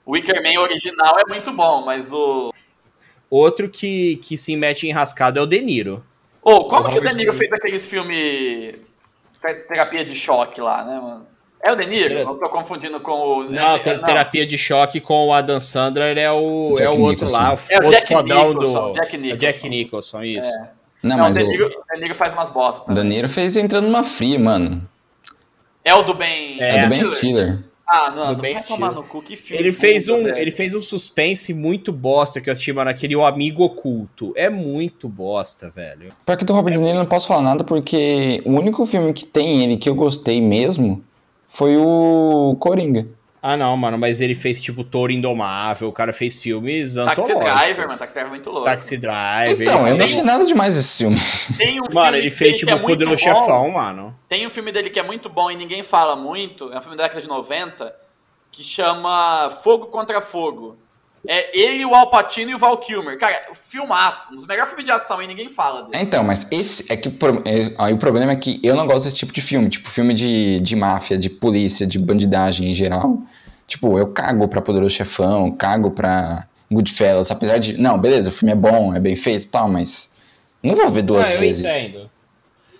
Speaker 1: O Wicker Man original é muito bom, mas o.
Speaker 2: Outro que, que se mete em enrascado é o De Niro.
Speaker 1: Ô, como que o
Speaker 3: Robert
Speaker 1: De Niro
Speaker 3: Downey.
Speaker 1: fez aqueles filmes. Terapia de choque lá, né, mano? É o De Niro?
Speaker 2: Tera-
Speaker 1: Não tô confundindo com o.
Speaker 2: Não,
Speaker 1: é,
Speaker 2: ter- terapia de choque com o Adam Sandler é o,
Speaker 3: Jack
Speaker 2: é o outro
Speaker 3: Nicholson.
Speaker 2: lá, o f-
Speaker 1: É o
Speaker 2: outro
Speaker 1: Jack
Speaker 2: fodão
Speaker 1: Nicholson,
Speaker 2: do.
Speaker 1: Jack
Speaker 2: é
Speaker 1: Nicholson.
Speaker 2: Jack Nicholson, isso.
Speaker 1: Não,
Speaker 3: Não,
Speaker 1: o
Speaker 3: mas
Speaker 1: De
Speaker 3: o-
Speaker 1: Niro, o De Niro faz umas bostas.
Speaker 3: o Danilo fez entrando numa fria, mano.
Speaker 1: É o do Ben.
Speaker 2: É,
Speaker 3: É, do Ben
Speaker 1: Stiller?
Speaker 3: Stiller.
Speaker 1: Ah, não,
Speaker 2: Do
Speaker 1: não
Speaker 2: Ben
Speaker 1: vai
Speaker 2: Stiller.
Speaker 1: tomar no cu, que filme.
Speaker 2: Ele fez,
Speaker 1: puta,
Speaker 2: um,
Speaker 1: velho.
Speaker 2: ele fez um suspense muito bosta que eu assisti, mano, aquele O Amigo Oculto. É muito bosta, velho.
Speaker 3: Pior que do Robert De Niro eu não posso falar nada, porque o único filme que tem ele que eu gostei mesmo foi o Coringa.
Speaker 2: Ah, não, mano, mas ele fez, tipo, Touro Indomável, o cara fez filmes
Speaker 1: Taxi
Speaker 2: antológicos.
Speaker 1: Driver, mano, Taxi Driver é muito louco.
Speaker 2: um Taxi Driver.
Speaker 3: então, eu
Speaker 2: ele
Speaker 3: não
Speaker 2: fez...
Speaker 3: achei nada demais esse filme.
Speaker 1: Tem um
Speaker 2: Mano,
Speaker 1: filme
Speaker 2: ele fez,
Speaker 1: dele
Speaker 2: tipo,
Speaker 1: que
Speaker 2: o Poderoso
Speaker 1: muito
Speaker 2: Chefão, mano.
Speaker 1: bom, Tem um filme dele que é muito bom e ninguém fala muito, é um filme da década de 90, que chama Fogo Contra Fogo. É ele, o Al Pacino e o Val Kilmer. Cara, filmaço, um dos melhores filmes de ação e ninguém fala
Speaker 3: É,
Speaker 1: dele.
Speaker 3: Então, mas esse é que pro- é, aí o problema é que eu não gosto desse tipo de filme, tipo filme de, de máfia, de polícia, de bandidagem em geral. Tipo, eu cago pra Poderoso Chefão, cago pra Goodfellas, apesar de, não, beleza, o filme é bom, é bem feito, e tal, mas não vou ver
Speaker 2: Ah,
Speaker 3: duas vezes.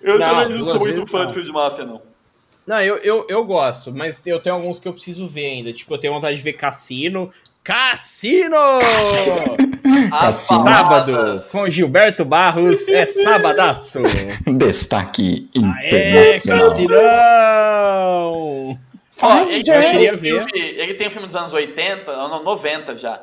Speaker 1: Eu
Speaker 2: Não,
Speaker 1: também não
Speaker 2: duas
Speaker 1: sou muito
Speaker 2: vezes
Speaker 1: fã
Speaker 2: não.
Speaker 1: de filme de máfia, não.
Speaker 2: Não, eu, eu, eu gosto, mas eu tenho alguns que eu preciso ver ainda. Tipo, eu tenho vontade de ver Cassino. Cassino!
Speaker 1: As
Speaker 3: Cassino.
Speaker 2: É Sábado,
Speaker 1: baladas.
Speaker 2: com Gilberto Barros, é sabadaço.
Speaker 3: Destaque
Speaker 2: Aê,
Speaker 3: internacional.
Speaker 2: Cassinão!
Speaker 1: Ó, ele,
Speaker 2: Eu
Speaker 1: tem um
Speaker 2: queria
Speaker 1: filme, ele tem um filme dos anos 80, ano 90 já,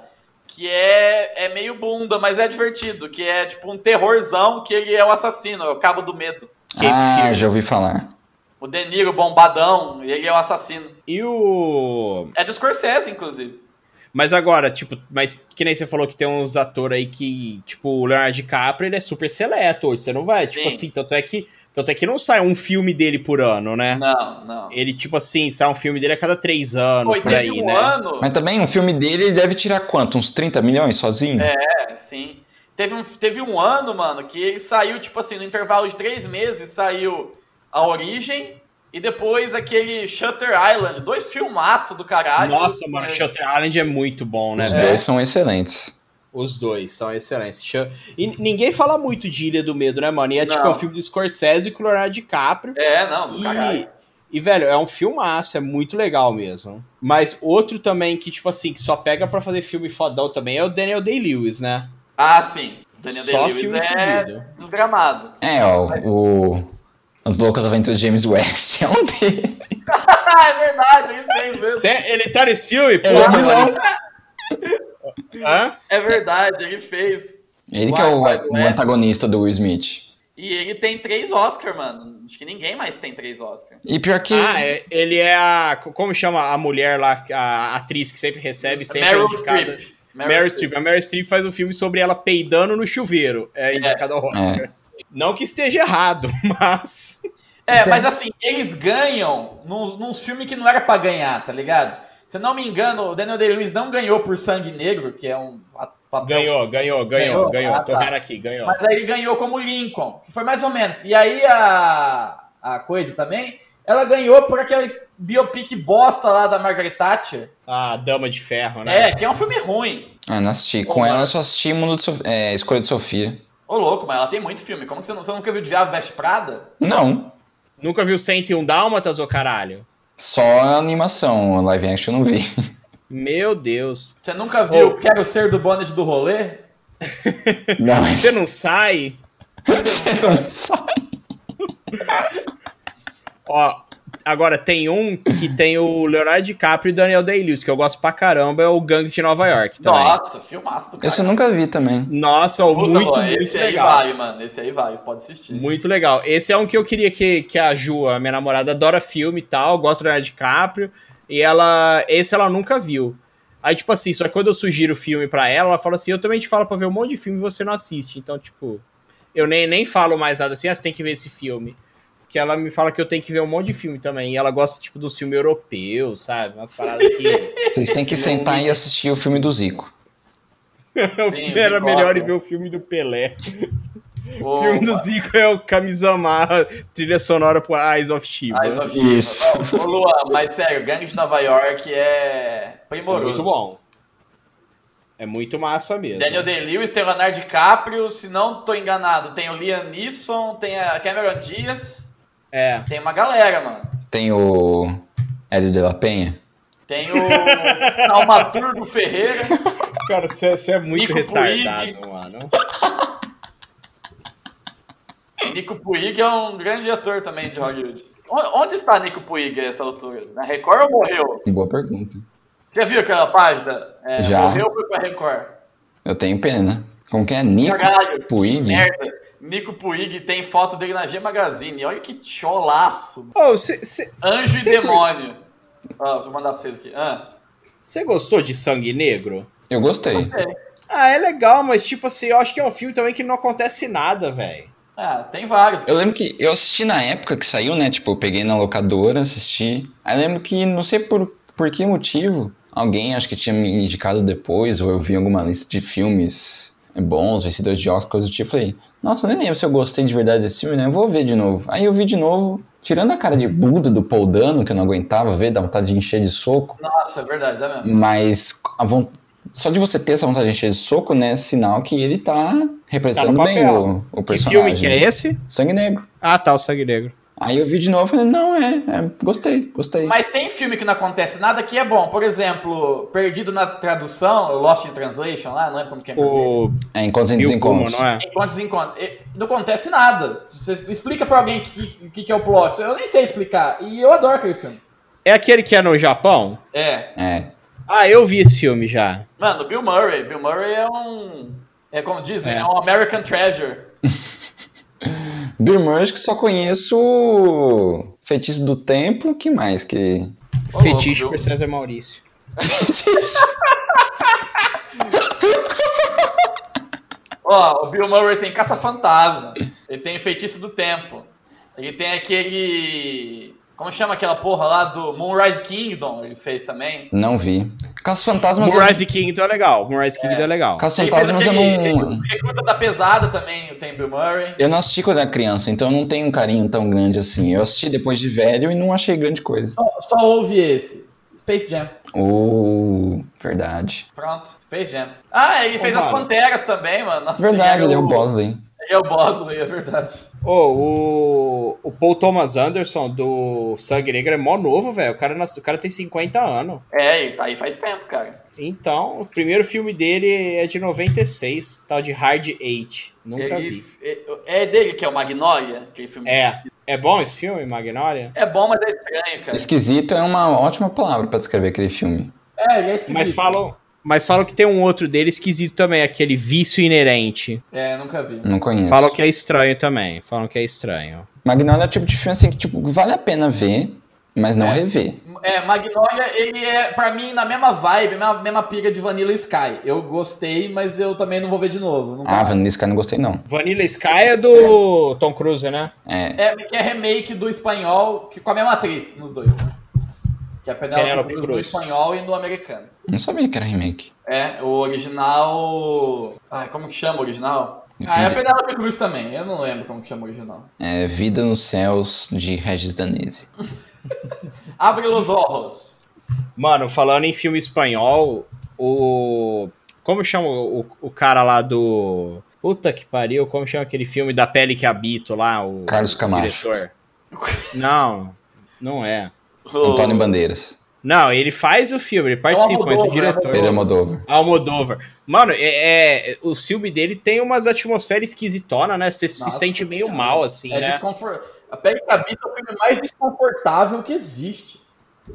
Speaker 1: que é, é meio bunda, mas é divertido, que é tipo um terrorzão que ele é o assassino, é o cabo do medo.
Speaker 2: Cape
Speaker 3: ah,
Speaker 2: Fear.
Speaker 3: já ouvi falar.
Speaker 1: O De Niro bombadão, e ele é o assassino.
Speaker 2: E o.
Speaker 1: É do Scorsese, inclusive.
Speaker 2: Mas agora, tipo, mas que nem você falou que tem uns atores aí que, tipo, o Leonardo DiCaprio, ele é super seleto hoje. Você não vai, tipo
Speaker 1: Sim.
Speaker 2: assim, tanto é que. Tanto é que não sai um filme dele por ano, né?
Speaker 1: Não, não.
Speaker 2: Ele, tipo assim, sai um filme dele a cada três anos,
Speaker 1: Pô, e
Speaker 2: por
Speaker 1: teve
Speaker 2: aí,
Speaker 1: um
Speaker 2: né?
Speaker 1: ano.
Speaker 3: Mas também um filme dele ele deve tirar quanto? Uns 30 milhões sozinho?
Speaker 1: É. É, sim. Teve um, teve um ano, mano, que ele saiu, tipo assim, no intervalo de três meses, saiu A Origem e depois aquele Shutter Island. Dois filmaços do caralho.
Speaker 2: Nossa, mano,
Speaker 1: né?
Speaker 2: Shutter Island é muito bom, né,
Speaker 3: Os
Speaker 2: velho?
Speaker 3: dois são excelentes.
Speaker 2: Os dois são excelentes. Shu- E ninguém fala muito de Ilha do Medo, né, mano? E é tipo
Speaker 1: Não.
Speaker 2: é um filme do Scorsese com o Leonardo DiCaprio.
Speaker 1: É, não, do
Speaker 2: E,
Speaker 1: caralho.
Speaker 2: e, velho, é um filmaço, é muito legal mesmo. Mas outro também que, tipo assim, que só pega pra fazer filme fodão também é o Daniel Day-Lewis, né?
Speaker 1: Ah, sim. Daniel
Speaker 2: só
Speaker 1: Day-Lewis é
Speaker 2: fudido.
Speaker 1: desgramado.
Speaker 3: É, ó, o. Os Loucos Aventuras de James West é um dele.
Speaker 1: Ah, é verdade, ele fez mesmo.
Speaker 2: Cê- ele tá nesse filme, pô.
Speaker 3: Ele é vilão.
Speaker 2: Hã?
Speaker 1: É verdade, ele fez.
Speaker 3: Ele que é o,
Speaker 1: Wild
Speaker 3: o
Speaker 1: West.
Speaker 3: antagonista do Will Smith.
Speaker 1: E ele tem três Oscar, mano. Acho que ninguém mais tem três Oscar.
Speaker 3: E pior que.
Speaker 2: Ah, é- ele é a. Como chama a mulher lá, a atriz que sempre recebe, sempre é
Speaker 1: Meryl
Speaker 2: indicada.
Speaker 1: Streep.
Speaker 2: Meryl, Streep. A Meryl Streep faz um filme sobre ela peidando no chuveiro. É indicado ao Oscar. Não que esteja errado, mas.
Speaker 1: É, mas assim, eles ganham num, num filme que não era pra ganhar, tá ligado? Se não me engano, o Daniel Day-Lewis não ganhou por Sangue Negro, que é um a- papel.
Speaker 2: Ganhou, ganhou, ganhou,
Speaker 1: Ganhou?
Speaker 2: ganhou.
Speaker 1: Ah,
Speaker 2: Tô
Speaker 1: tá.
Speaker 2: vendo aqui, ganhou.
Speaker 1: Mas aí ele ganhou como Lincoln, que foi mais ou menos. E aí a, a coisa também, ela ganhou por aquele biopic bosta lá da Margaret Thatcher.
Speaker 2: A Ah, Dama de Ferro, né?
Speaker 1: É, que é um filme ruim.
Speaker 3: Ah, não assisti. Com ela eu só assisti Mundo de Sof- é, Escolha de Sofia.
Speaker 1: Ô louco, mas ela tem muito filme. Como que você, não, você nunca viu Diabo Veste Prada?
Speaker 3: Não.
Speaker 2: Nunca viu 101 Dálmatas, ô caralho?
Speaker 3: Só a animação, live action eu não vi.
Speaker 2: Meu Deus.
Speaker 1: Você nunca viu
Speaker 2: Ô.
Speaker 1: Quero Ser do Bonnet do Rolê?
Speaker 3: Não,
Speaker 2: Você não sai? Ó, agora tem um que tem o Leonardo DiCaprio e o Daniel Day-Lewis, que eu gosto pra caramba, é o Gangue de Nova York também. Nossa,
Speaker 1: Nossa, filmaço do cara.
Speaker 3: Esse eu nunca vi também.
Speaker 2: ó,
Speaker 1: Puta,
Speaker 2: muito,
Speaker 1: ó,
Speaker 2: muito
Speaker 1: esse
Speaker 2: legal.
Speaker 1: aí vai, mano. Esse aí vai, você pode assistir.
Speaker 2: Muito legal. Esse é um que eu queria que, que a Ju, a minha namorada, adora filme e tal, gosta do Leonardo DiCaprio, e ela. Esse ela nunca viu. Aí, tipo assim, só que quando eu sugiro o filme pra ela, ela fala assim: eu também te falo pra ver um monte de filme e você não assiste. Então, tipo, eu nem, nem falo mais nada assim, ah, você tem que ver esse filme. Porque ela me fala que eu tenho que ver um monte de filme também. E ela gosta, tipo, do filme europeu, sabe? Umas paradas que.
Speaker 3: Vocês têm que sentar e assistir o filme do Zico.
Speaker 2: o
Speaker 1: Sim,
Speaker 2: filme era
Speaker 1: eu gosto.
Speaker 2: melhor ir ver o filme do Pelé.
Speaker 1: Ô,
Speaker 2: O filme do Zico é o Camisamar, trilha sonora pro Eyes of Shiva.
Speaker 1: Eyes of Shiva.
Speaker 3: Isso.
Speaker 1: Ô, ô, Luan, mas sério, Gangue de Nova York é
Speaker 2: É
Speaker 1: primoroso.
Speaker 2: muito bom. É muito massa mesmo.
Speaker 1: Daniel Day-Lewis, tem o Leonardo DiCaprio, se não tô enganado, tem o Liam Neeson, tem a Cameron Diaz,
Speaker 2: É.
Speaker 1: tem uma galera, mano.
Speaker 3: Tem o. Hélio de la Penha.
Speaker 1: Tem o Taumaturgo Ferreira.
Speaker 2: Cara, você é
Speaker 1: Nico
Speaker 2: muito retardado,
Speaker 1: Puig.
Speaker 2: mano.
Speaker 1: Nico Puig é um grande ator também de Hollywood. O- Onde está Nico Puig a essa altura? Na Record ou morreu?
Speaker 3: Boa pergunta.
Speaker 1: Você viu aquela página? É,
Speaker 3: Já.
Speaker 1: Morreu ou foi pra Record?
Speaker 3: Eu tenho pena. Como que é? Nico
Speaker 1: Caralho, que
Speaker 3: Puig? né?
Speaker 1: merda. Nico Puig tem foto dele na G Magazine. Olha que cholaço.
Speaker 2: Ô, cê- cê-
Speaker 1: Anjo
Speaker 2: cê
Speaker 1: e demônio. Ó, vou mandar pra vocês aqui. Ah,
Speaker 2: cur- Cê gostou de Sangue Negro?
Speaker 3: Eu gostei.
Speaker 2: Ah, é legal, mas tipo assim, eu acho que é um filme também que não acontece nada, velho.
Speaker 3: Um
Speaker 1: ah, tem vários.
Speaker 3: Eu lembro que eu assisti na época que saiu, né? Tipo, eu peguei na locadora, assisti. Aí lembro que, não sei por, por que motivo, alguém acho que tinha me indicado depois, ou eu vi em alguma lista de filmes bons, vencedores de Oscar, coisa do tipo. Falei, nossa, nem lembro se eu gostei de verdade desse filme, né? Vou ver de novo. Aí eu vi de novo, tirando a cara de Buda do Paul Dano, que eu não aguentava ver, dá vontade de encher de soco.
Speaker 1: Nossa, é verdade, dá mesmo.
Speaker 3: Mas a von- só de você ter essa vontade de encher de soco, né? Sinal que ele tá representando bem
Speaker 2: papel.
Speaker 3: o, o
Speaker 2: Que
Speaker 3: personagem.
Speaker 2: filme que é esse?
Speaker 3: Sangue Negro.
Speaker 2: Ah, tá, o Sangue Negro.
Speaker 3: Aí eu vi de novo e falei, não, é, é, gostei, gostei.
Speaker 1: Mas tem filme que não acontece nada que é bom. Por exemplo, Perdido na Tradução, o Lost in Translation lá, não lembro como que é. em português.
Speaker 2: O
Speaker 3: É Encontros em
Speaker 2: Bill Pullman,
Speaker 3: Desencontros.
Speaker 2: não é?
Speaker 1: Encontros e encontros. E Não acontece nada. Você explica pra alguém o que, que, que é o plot. Eu nem sei explicar. E eu adoro aquele filme.
Speaker 2: É aquele que é no Japão?
Speaker 1: É.
Speaker 3: É.
Speaker 2: Ah, eu vi esse filme já.
Speaker 1: Mano, Bill Murray. Bill Murray é um. É como dizem, é,
Speaker 2: É.
Speaker 1: um American Treasure.
Speaker 3: Bill Murray, acho que só conheço o Feitiço do Tempo, que mais que...
Speaker 1: Ô, louco,
Speaker 2: Fetiche
Speaker 1: Bill.
Speaker 2: por César Maurício.
Speaker 1: Ó, o Bill Murray tem Caça-Fantasma. Ele tem Feitiço do Tempo. Ele tem aquele. Como chama aquela porra lá do Moonrise Kingdom? Ele fez também.
Speaker 3: Não vi. Caso Fantasmas... eu-
Speaker 2: Moonrise Kingdom é legal. Moonrise Kingdom é legal.
Speaker 3: Caso
Speaker 1: Ele fez
Speaker 3: Fantasmas eu não...
Speaker 1: aquele Recruta da Pesada também, tem Bill Murray.
Speaker 3: Eu não assisti quando era criança, então eu não tenho um carinho tão grande assim. Eu assisti depois de velho e não achei grande coisa.
Speaker 1: Só, só houve esse. Space Jam.
Speaker 3: Oh, verdade.
Speaker 1: Pronto, Space Jam. Ah, ele
Speaker 2: Ô,
Speaker 1: fez as
Speaker 2: mano.
Speaker 1: Panteras também, mano. Nossa,
Speaker 3: Verdade, ele é o
Speaker 1: o-
Speaker 3: Bosley.
Speaker 1: Ele é o Bosley, é verdade.
Speaker 2: Ô, o, o Paul Thomas Anderson do Sangue Negro é mó novo, velho. O, cara nasce- o cara tem 50 anos.
Speaker 1: É, e aí faz tempo, cara.
Speaker 2: Então, o primeiro filme dele é de 96, tal de Hard Eight. Nunca
Speaker 1: Ele-
Speaker 2: vi.
Speaker 1: é é dele que é o Magnolia, aquele filme.
Speaker 2: É. É bom esse filme, Magnolia?
Speaker 1: É bom, mas é estranho, cara.
Speaker 3: Esquisito é uma ótima palavra pra descrever aquele filme.
Speaker 1: É, ele é esquisito.
Speaker 2: Mas falam, mas falam que tem um outro dele esquisito também, aquele vício inerente.
Speaker 1: É, nunca vi.
Speaker 3: Não conheço.
Speaker 2: Falam que é estranho também. Falam que é estranho.
Speaker 3: Magnolia é o tipo de filme assim que tipo, vale a pena ver, mas não
Speaker 1: É.
Speaker 3: rever.
Speaker 1: É, Magnolia, ele é, pra mim, na mesma vibe, mesma, mesma piga de Vanilla Sky. Eu gostei, mas eu também não vou ver de novo. Não
Speaker 3: Ah,
Speaker 1: vai.
Speaker 3: Vanilla Sky não gostei não.
Speaker 2: Vanilla Sky é do Tom Cruise, né?
Speaker 3: É,
Speaker 1: É, que é remake do espanhol, que com a mesma atriz nos dois, né? Que é a Penélope
Speaker 2: Penélope
Speaker 1: Cruz no
Speaker 2: Cruz.
Speaker 1: espanhol e no americano.
Speaker 3: não sabia que era remake.
Speaker 1: É, o original. Ai, como que chama o original?
Speaker 3: Entendi.
Speaker 1: Ah, é a Penélope Cruz também. Eu não lembro como que chama o original.
Speaker 3: É Vida nos Céus, de Regis Danese.
Speaker 1: Abre los ojos.
Speaker 2: Mano, falando em filme espanhol, o. Como chama o, o cara lá do. Puta que pariu, como chama aquele filme da pele que habito lá? O
Speaker 3: Carlos Camacho.
Speaker 2: diretor? Não, não é.
Speaker 3: Antônio Bandeiras.
Speaker 2: Não, ele faz o filme, ele participa, mas o
Speaker 1: Almodóvar, é
Speaker 2: diretor.
Speaker 3: Pedro Almodóvar.
Speaker 2: Almodóvar. Mano, é, é- o filme dele tem umas atmosferas esquisitonas, né? Você se
Speaker 1: Nossa
Speaker 2: sente meio
Speaker 1: Senhora.
Speaker 2: mal, assim,
Speaker 1: É
Speaker 2: né?
Speaker 1: desconfort... A Pele que Habita é o filme mais desconfortável que existe.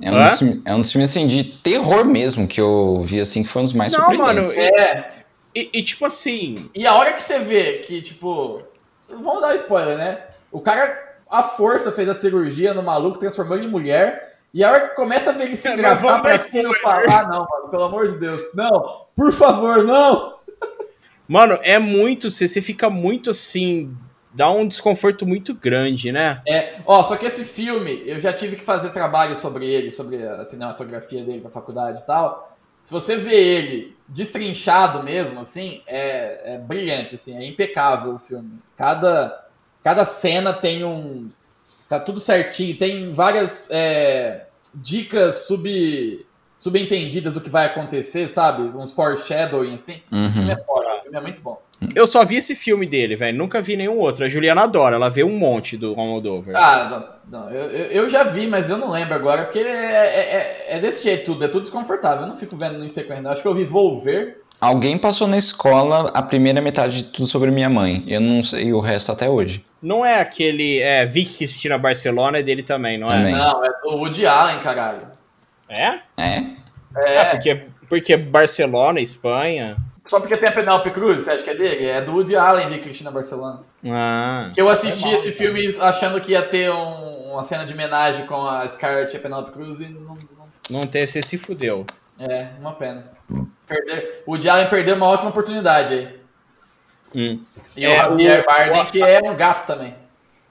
Speaker 3: É um,
Speaker 2: Hã?
Speaker 3: dos, filme- é um dos filmes assim de terror mesmo que eu vi assim que foi um dos mais
Speaker 2: Não,
Speaker 3: surpreendentes.
Speaker 2: mano, e,
Speaker 1: É,
Speaker 2: e- e tipo assim,
Speaker 1: e a hora que você vê que, tipo. Vamos dar spoiler, né? O cara, a força, fez a cirurgia no maluco, transformou ele em mulher. E a hora que começa a ver ele se
Speaker 2: Mas
Speaker 1: engraçar
Speaker 2: vamos dar
Speaker 1: pra cima, eu falo:
Speaker 2: spoiler.
Speaker 1: Ah, não, mano, pelo amor de Deus. Não, por favor, não.
Speaker 2: Mano, é muito. Você você fica muito assim. Dá um desconforto muito grande, né?
Speaker 1: É, ó, só que esse filme, eu já tive que fazer trabalho sobre ele, sobre a cinematografia dele pra faculdade e tal. Se você vê ele destrinchado mesmo, assim, é, é brilhante, assim, é impecável o filme. Cada, cada cena tem um. Tá tudo certinho, tem várias é, dicas sub, subentendidas do que vai acontecer, sabe? Uns foreshadowing, assim. O filme
Speaker 3: Uhum.
Speaker 1: é foda, o filme é muito bom.
Speaker 2: Eu só vi esse filme dele, velho. Nunca vi nenhum outro. A Juliana adora, ela vê um monte do Almodóvar.
Speaker 1: Ah, não, não, eu, eu eu já vi, mas eu não lembro agora, porque é, é- é desse jeito tudo, é tudo desconfortável. Eu não fico vendo em sequência, não. Acho que eu vi Volver.
Speaker 3: Alguém passou na escola a primeira metade de tudo sobre minha mãe. Eu não sei o resto até hoje.
Speaker 2: Não é aquele. É, Vicky Cristina Barcelona é dele também, não é?
Speaker 3: Também. Sim.
Speaker 1: Não, é o Woody Allen, caralho.
Speaker 2: É?
Speaker 3: É?
Speaker 2: É,
Speaker 1: É,
Speaker 2: porque, porque Barcelona, Espanha.
Speaker 1: só porque tem a Penelope Cruz, você acha que é dele? É do Woody Allen de Cristina Barcelona.
Speaker 2: Ah.
Speaker 1: Que eu assisti
Speaker 2: É mal,
Speaker 1: esse filme achando que ia ter um- uma cena de homenagem com a Scarlett e a Penelope Cruz e não, não-
Speaker 2: Não teve, você se fudeu.
Speaker 1: É, uma pena. Perder, o Woody Allen perdeu uma ótima oportunidade aí.
Speaker 2: Hum.
Speaker 1: E
Speaker 2: É,
Speaker 1: o Javier
Speaker 2: o-
Speaker 1: Bardem,
Speaker 2: o-
Speaker 1: que é um gato também.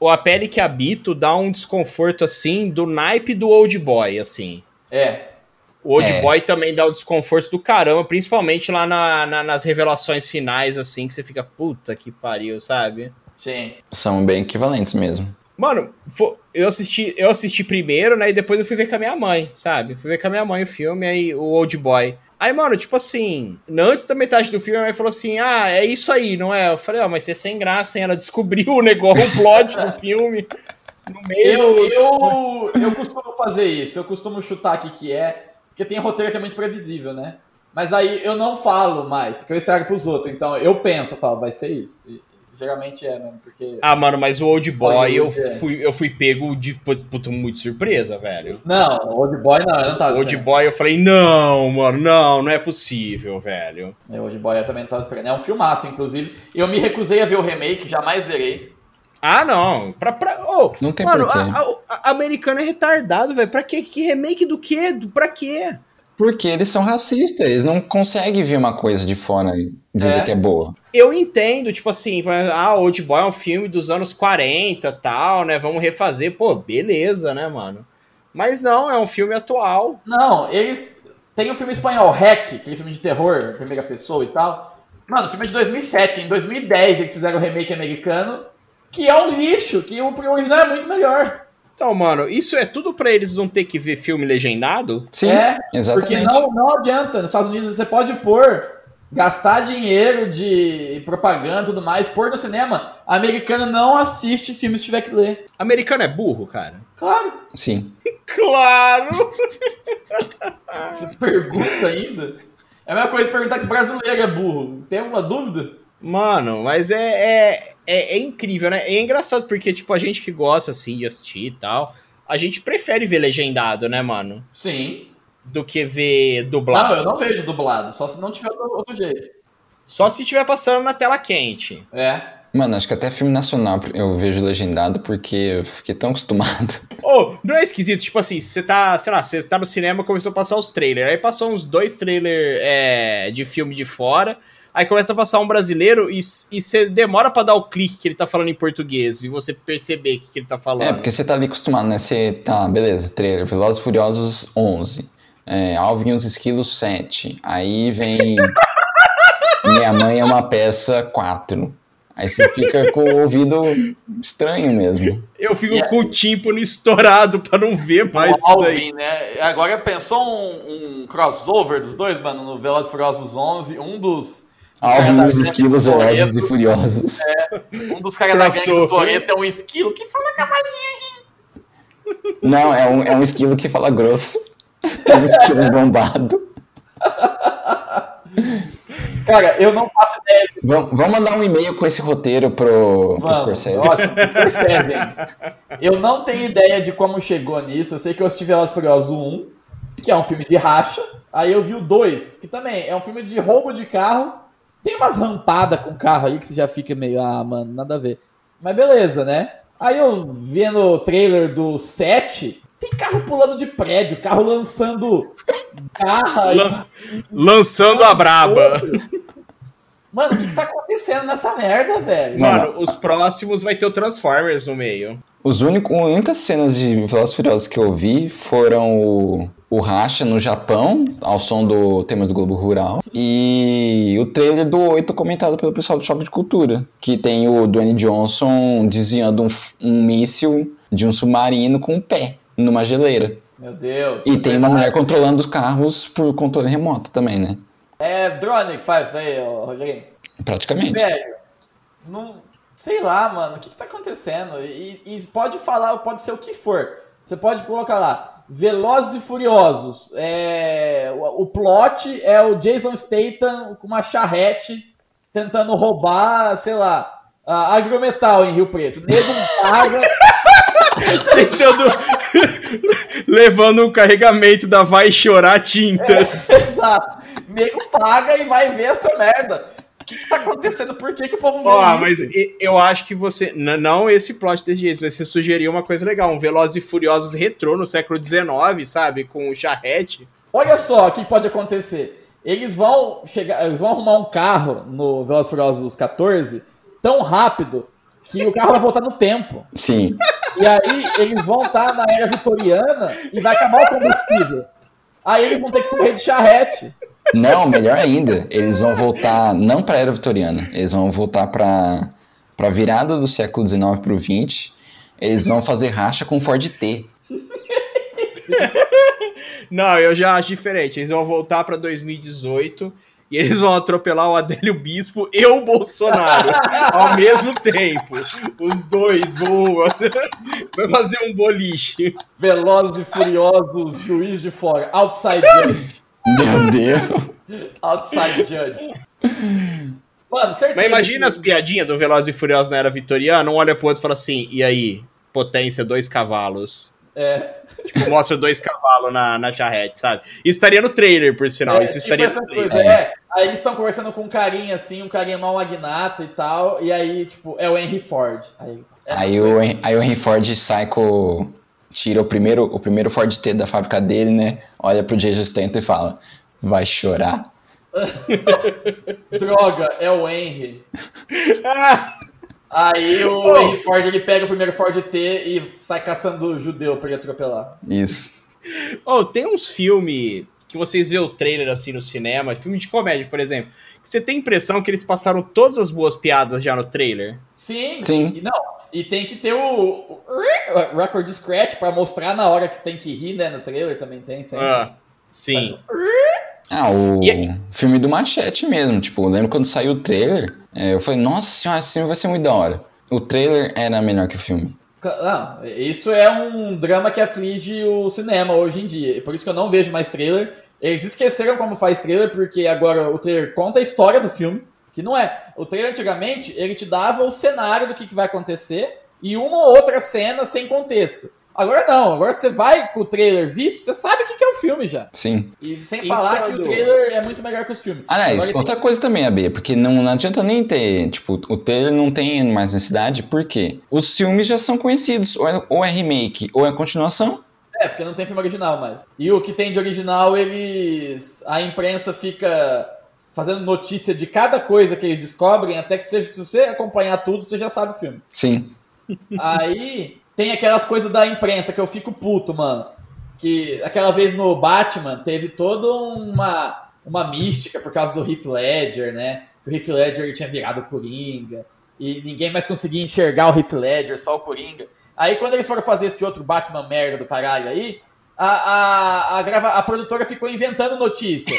Speaker 2: O A Pele que Habito dá um desconforto, assim, do naipe do Old Boy, assim.
Speaker 1: É,
Speaker 2: O Old
Speaker 3: É.
Speaker 2: Boy também dá o desconforto do caramba, principalmente lá na- na- nas revelações finais, assim, que você fica, puta que pariu, sabe?
Speaker 1: sim.
Speaker 3: São bem equivalentes mesmo.
Speaker 2: Mano, fo- eu assisti, eu assisti primeiro, né? E depois eu fui ver com a minha mãe, sabe? Fui ver com a minha mãe o filme, aí o Old Boy. Aí, mano, tipo assim, antes da metade do filme, a mãe falou assim: Ah, é isso aí, não é? Eu falei, ó, mas você é sem graça, hein? Ela descobriu o negócio, o plot do filme. No meio.
Speaker 1: Eu, eu, eu costumo fazer isso, eu costumo chutar aqui que é, porque tem roteiro que é muito previsível, né? Mas aí eu não falo mais, porque eu estrago pros outros. Então eu penso, eu falo, vai ser isso. E, Geralmente é, mano, porque.
Speaker 2: Ah, mano, mas o Old Boy eu
Speaker 1: Hollywood, é.
Speaker 2: fui, eu fui pego de puto, muito surpresa, velho.
Speaker 1: Não, Old Boy não, eu não tava
Speaker 2: O Old
Speaker 1: esperando.
Speaker 2: Boy eu falei, não, mano, não, não é possível, velho.
Speaker 1: É, Old Boy eu também não tava esperando. É um filmaço, inclusive. Eu me recusei a ver o remake, jamais verei.
Speaker 2: Ah, não. Pra, pra, oh,
Speaker 3: Não tem
Speaker 2: mano,
Speaker 3: porquê.
Speaker 2: a, a- a- americano é retardado, velho. Pra quê? Que remake do quê? Do, pra quê?
Speaker 3: Porque eles são racistas, eles não conseguem ver uma coisa de fora e dizer
Speaker 1: É.
Speaker 3: que é boa.
Speaker 2: Eu entendo, tipo assim, ah, Old Boy é um filme dos anos 40 tal, né? Vamos refazer. Pô, beleza, né, mano? Mas não, é um filme atual.
Speaker 1: Não, eles. Tem o filme espanhol, Hack, aquele filme de terror, primeira pessoa e tal. Mano, o filme é de 2007. Em 2010 eles fizeram o remake americano, que é um lixo, que o original é muito melhor.
Speaker 2: Então, mano, isso é tudo pra eles não ter que ver filme legendado?
Speaker 3: Sim,
Speaker 1: É,
Speaker 3: exatamente.
Speaker 1: Porque não, não adianta. Nos Estados Unidos você pode pôr, gastar dinheiro de propaganda e tudo mais, pôr no cinema. Americano não assiste filme se tiver que ler.
Speaker 2: Americano é burro, cara.
Speaker 1: Claro,
Speaker 3: Sim.
Speaker 2: Claro!
Speaker 1: se pergunta ainda. É a mesma coisa perguntar que brasileiro é burro. Tem alguma dúvida?
Speaker 2: Mano, mas é, é, é, é incrível, né? É engraçado porque, tipo, a gente que gosta, assim, de assistir e tal, a gente prefere ver legendado, né, mano?
Speaker 1: Sim.
Speaker 2: Do que ver dublado.
Speaker 1: Não, eu não vejo dublado, só se não tiver outro outro jeito.
Speaker 2: Só se estiver passando na tela quente.
Speaker 1: É.
Speaker 3: Mano, acho que até filme nacional eu vejo legendado porque eu fiquei tão acostumado.
Speaker 2: Ô, não é esquisito, tipo assim, você tá, sei lá, você tá no cinema, começou a passar os trailers, aí passou uns dois trailers é, de filme de fora, aí começa a passar um brasileiro e s- e você demora pra dar o clique que ele tá falando em português e você perceber o que, que ele tá falando.
Speaker 3: É, porque você tá ali acostumado, né? Você tá, beleza, trailer, Velozes e Furiosos 11, é, Alvin e os Esquilos 7, aí vem Minha Mãe é uma Peça 4. Aí você fica com o ouvido estranho mesmo.
Speaker 2: Eu fico
Speaker 1: E aí?
Speaker 2: com o tímpano estourado pra não ver mais
Speaker 1: o
Speaker 2: isso daí.
Speaker 1: Alvin, né? Agora pensou um, um crossover dos dois, mano, no Velozes e Furiosos 11, um dos... dos caras
Speaker 3: Alvin e
Speaker 1: da
Speaker 3: os
Speaker 1: gangue do
Speaker 3: Esquilos Velozes e
Speaker 1: Toretto,
Speaker 3: Furiosos.
Speaker 1: Um dos caras da gangue do
Speaker 2: Crossover.
Speaker 1: Toreto é um esquilo que fala
Speaker 3: Não, é um, é um esquilo que fala grosso. É um esquilo bombado.
Speaker 1: Cara, eu não faço ideia.
Speaker 3: Vamos, vamos mandar um e-mail com esse roteiro pro, pro
Speaker 1: Vamos,
Speaker 3: Scorsese.
Speaker 1: ótimo, percebem. Eu não tenho ideia de como chegou nisso. Eu sei que eu estive Velozes e Furiosos 1, que é um filme de racha. Aí eu vi o 2, que também é um filme de roubo de carro. Tem umas rampadas com carro aí que você já fica meio, ah, mano, nada a ver. Mas beleza, né? Aí eu vendo o trailer do 7, tem carro pulando de prédio, carro lançando garra e
Speaker 2: Lan- lançando a braba.
Speaker 1: Mano, o que, que tá acontecendo nessa merda, velho?
Speaker 2: Mano, os próximos vai ter o Transformers no meio.
Speaker 3: Os únicos, únicas cenas de Velozes e Furiosos que eu vi foram o, o Racha no Japão, ao som do tema do Globo Rural, e o trailer do 8 comentado pelo pessoal do Choque de Cultura, que tem o Dwayne Johnson desviando um, f- um míssil de um submarino com o pé numa geleira.
Speaker 1: Meu Deus.
Speaker 3: E tem uma mulher controlando os carros por controle remoto também, né?
Speaker 1: É drone que faz aí, ô Rogerinho.
Speaker 3: Praticamente.
Speaker 1: Velho, não. Sei lá, mano, o que, que tá acontecendo? E, e pode falar, pode ser o que for. Você pode colocar lá. Velozes e Furiosos. É, o, o plot é o Jason Statham com uma charrete tentando roubar, sei lá, a agrometal em Rio Preto. Nego paga.
Speaker 2: Tentando. Então, Levando um carregamento da Vai Chorar
Speaker 1: É,
Speaker 2: Tintas.
Speaker 1: Exato. Nego paga e vai ver essa merda. O que, que tá acontecendo? Por que, que o povo vê
Speaker 2: Ó,
Speaker 1: é isso?
Speaker 2: mas e- eu acho que você. n- Não esse plot desse jeito, mas você sugeriu uma coisa legal: um Velozes e Furiosos retrô no século XIX, sabe? Com o charrete.
Speaker 1: Olha só o que pode acontecer. Eles vão chegar, eles vão arrumar um carro no Velozes e Furiosos 14 tão rápido que o carro vai voltar no tempo.
Speaker 3: Sim.
Speaker 1: E aí eles vão estar na era vitoriana e vai acabar o combustível. Aí eles vão ter que correr de charrete.
Speaker 3: Não, melhor ainda, eles vão voltar não para a era vitoriana, eles vão voltar para para virada do século XIX para o XX. Eles vão fazer racha com Ford T.
Speaker 2: Não, eu já acho diferente. Eles vão voltar pra 2018 e eles vão atropelar o Adélio Bispo e o Bolsonaro ao mesmo tempo. Os dois voam. Vai fazer um boliche.
Speaker 1: Velozes e Furiosos, juiz de fora. Outside judge.
Speaker 3: Meu Deus!
Speaker 1: Outside judge. Mano, certeza.
Speaker 2: Mas imagina as piadinhas do Veloz e Furioso na era vitoriana, um olha pro outro e fala assim, e aí, potência, dois cavalos.
Speaker 1: É,
Speaker 2: Tipo, mostra dois cavalos na, na charrete, sabe? Isso estaria no trailer, por sinal.
Speaker 1: é,
Speaker 2: isso
Speaker 1: tipo
Speaker 2: estaria né? no
Speaker 1: essas
Speaker 2: trailer.
Speaker 1: coisas. É, aí eles estão conversando com um carinha assim, um carinha mal magnata e tal. E aí, tipo, é o Henry Ford. Aí, essas
Speaker 3: Aí
Speaker 1: coisas.
Speaker 3: o, Hen- aí o Henry Ford sai com. Tira o primeiro, o primeiro Ford T da fábrica dele, né? Olha pro Jason Statham e fala: Vai chorar.
Speaker 1: Droga, é o Henry.
Speaker 2: Ah,
Speaker 1: Aí o
Speaker 2: Pô.
Speaker 1: Henry Ford ele pega o primeiro Ford T e sai caçando o judeu pra ele atropelar.
Speaker 3: Isso.
Speaker 2: oh, tem uns filmes que vocês vê o trailer assim no cinema, filme de comédia, por exemplo, que você tem a impressão que eles passaram todas as boas piadas já no trailer.
Speaker 1: Sim,
Speaker 3: Sim.
Speaker 1: E, não, e tem que ter o, o o record scratch pra mostrar na hora que você tem que rir, né? No trailer também tem, sempre.
Speaker 2: Ah, sim.
Speaker 3: Ah, o
Speaker 2: E aí?
Speaker 3: filme do Machete mesmo. Tipo, eu lembro quando saiu o trailer, é, eu falei: Nossa senhora, esse filme vai ser muito da hora. O trailer era melhor que o filme.
Speaker 1: Não, isso é um drama que aflige o cinema hoje em dia. E Por isso que eu não vejo mais trailer. Eles esqueceram como faz trailer, porque agora o trailer conta a história do filme, que não é. O trailer antigamente, ele te dava o cenário do que, que vai acontecer e uma ou outra cena sem contexto. Agora não, agora você vai com o trailer visto, você sabe o que, que é o filme já.
Speaker 3: Sim.
Speaker 1: E sem
Speaker 2: E
Speaker 1: falar que
Speaker 2: quando-
Speaker 1: o trailer é muito melhor que os filmes.
Speaker 3: Aliás,
Speaker 1: Agora
Speaker 3: outra coisa também, AB, porque não, não adianta nem ter. Tipo, o trailer não tem mais necessidade, por quê? Os filmes já são conhecidos. Ou é, ou é remake, ou é continuação.
Speaker 1: É, porque não tem filme original mais. E o que tem de original, eles. A imprensa fica fazendo notícia de cada coisa que eles descobrem, até que seja, se você acompanhar tudo, você já sabe o filme.
Speaker 3: Sim.
Speaker 1: Aí tem aquelas coisas da imprensa que eu fico puto, mano. Que aquela vez no Batman teve toda uma, uma mística por causa do Heath Ledger, né? Que o Heath Ledger tinha virado Coringa. E ninguém mais conseguia enxergar o Heath Ledger, só o Coringa. Aí quando eles foram fazer esse outro Batman merda do caralho aí, a, a, a, grava, a produtora ficou inventando notícia.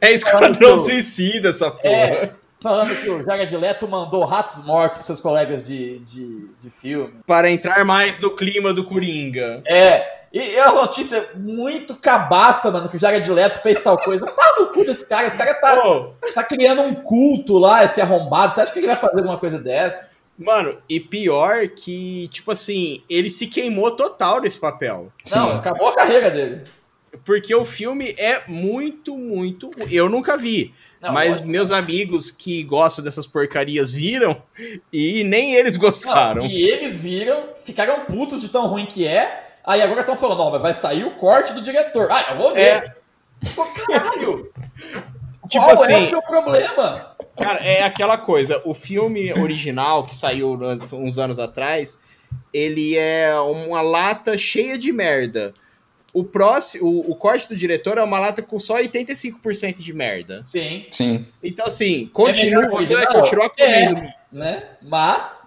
Speaker 2: É Esquadrão
Speaker 1: Quando-
Speaker 2: Suicida essa porra.
Speaker 1: É, falando que o Jared Leto mandou ratos mortos pros seus colegas de, de, de filme.
Speaker 2: Para entrar mais no clima do Coringa.
Speaker 1: É. E e é uma notícia muito cabaça, mano, que o Jared Leto fez tal coisa. Tá no cu desse cara. Esse cara tá,
Speaker 2: Pô,
Speaker 1: tá criando um culto lá, esse arrombado. Você acha que ele vai fazer alguma coisa dessa?
Speaker 2: mano, e pior que, tipo assim, ele se queimou total nesse papel.
Speaker 1: Não,
Speaker 3: Sim.
Speaker 1: acabou a carreira dele.
Speaker 2: Porque o filme é muito, muito. Eu nunca vi.
Speaker 1: Não,
Speaker 2: mas
Speaker 1: lógico,
Speaker 2: meus amigos que gostam dessas porcarias viram e nem eles
Speaker 1: Não,
Speaker 2: gostaram.
Speaker 1: e eles viram, ficaram putos de tão ruim que é. Aí agora estão falando, ó, mas vai sair o corte do diretor. Ah, eu vou ver. Pô, Caralho!
Speaker 2: É. Tipo
Speaker 1: Qual é o
Speaker 2: assim-
Speaker 1: seu problema?
Speaker 2: Cara, é aquela coisa. O filme original que saiu nos- uns anos atrás, ele é uma lata cheia de merda. O próximo, o, o corte do diretor é uma lata com só 85% de merda.
Speaker 1: Sim,
Speaker 3: Sim.
Speaker 2: Então assim, continua,
Speaker 1: melhor o
Speaker 2: você vai
Speaker 1: original?
Speaker 2: continuar
Speaker 1: É.
Speaker 2: comendo.
Speaker 1: né? Mas.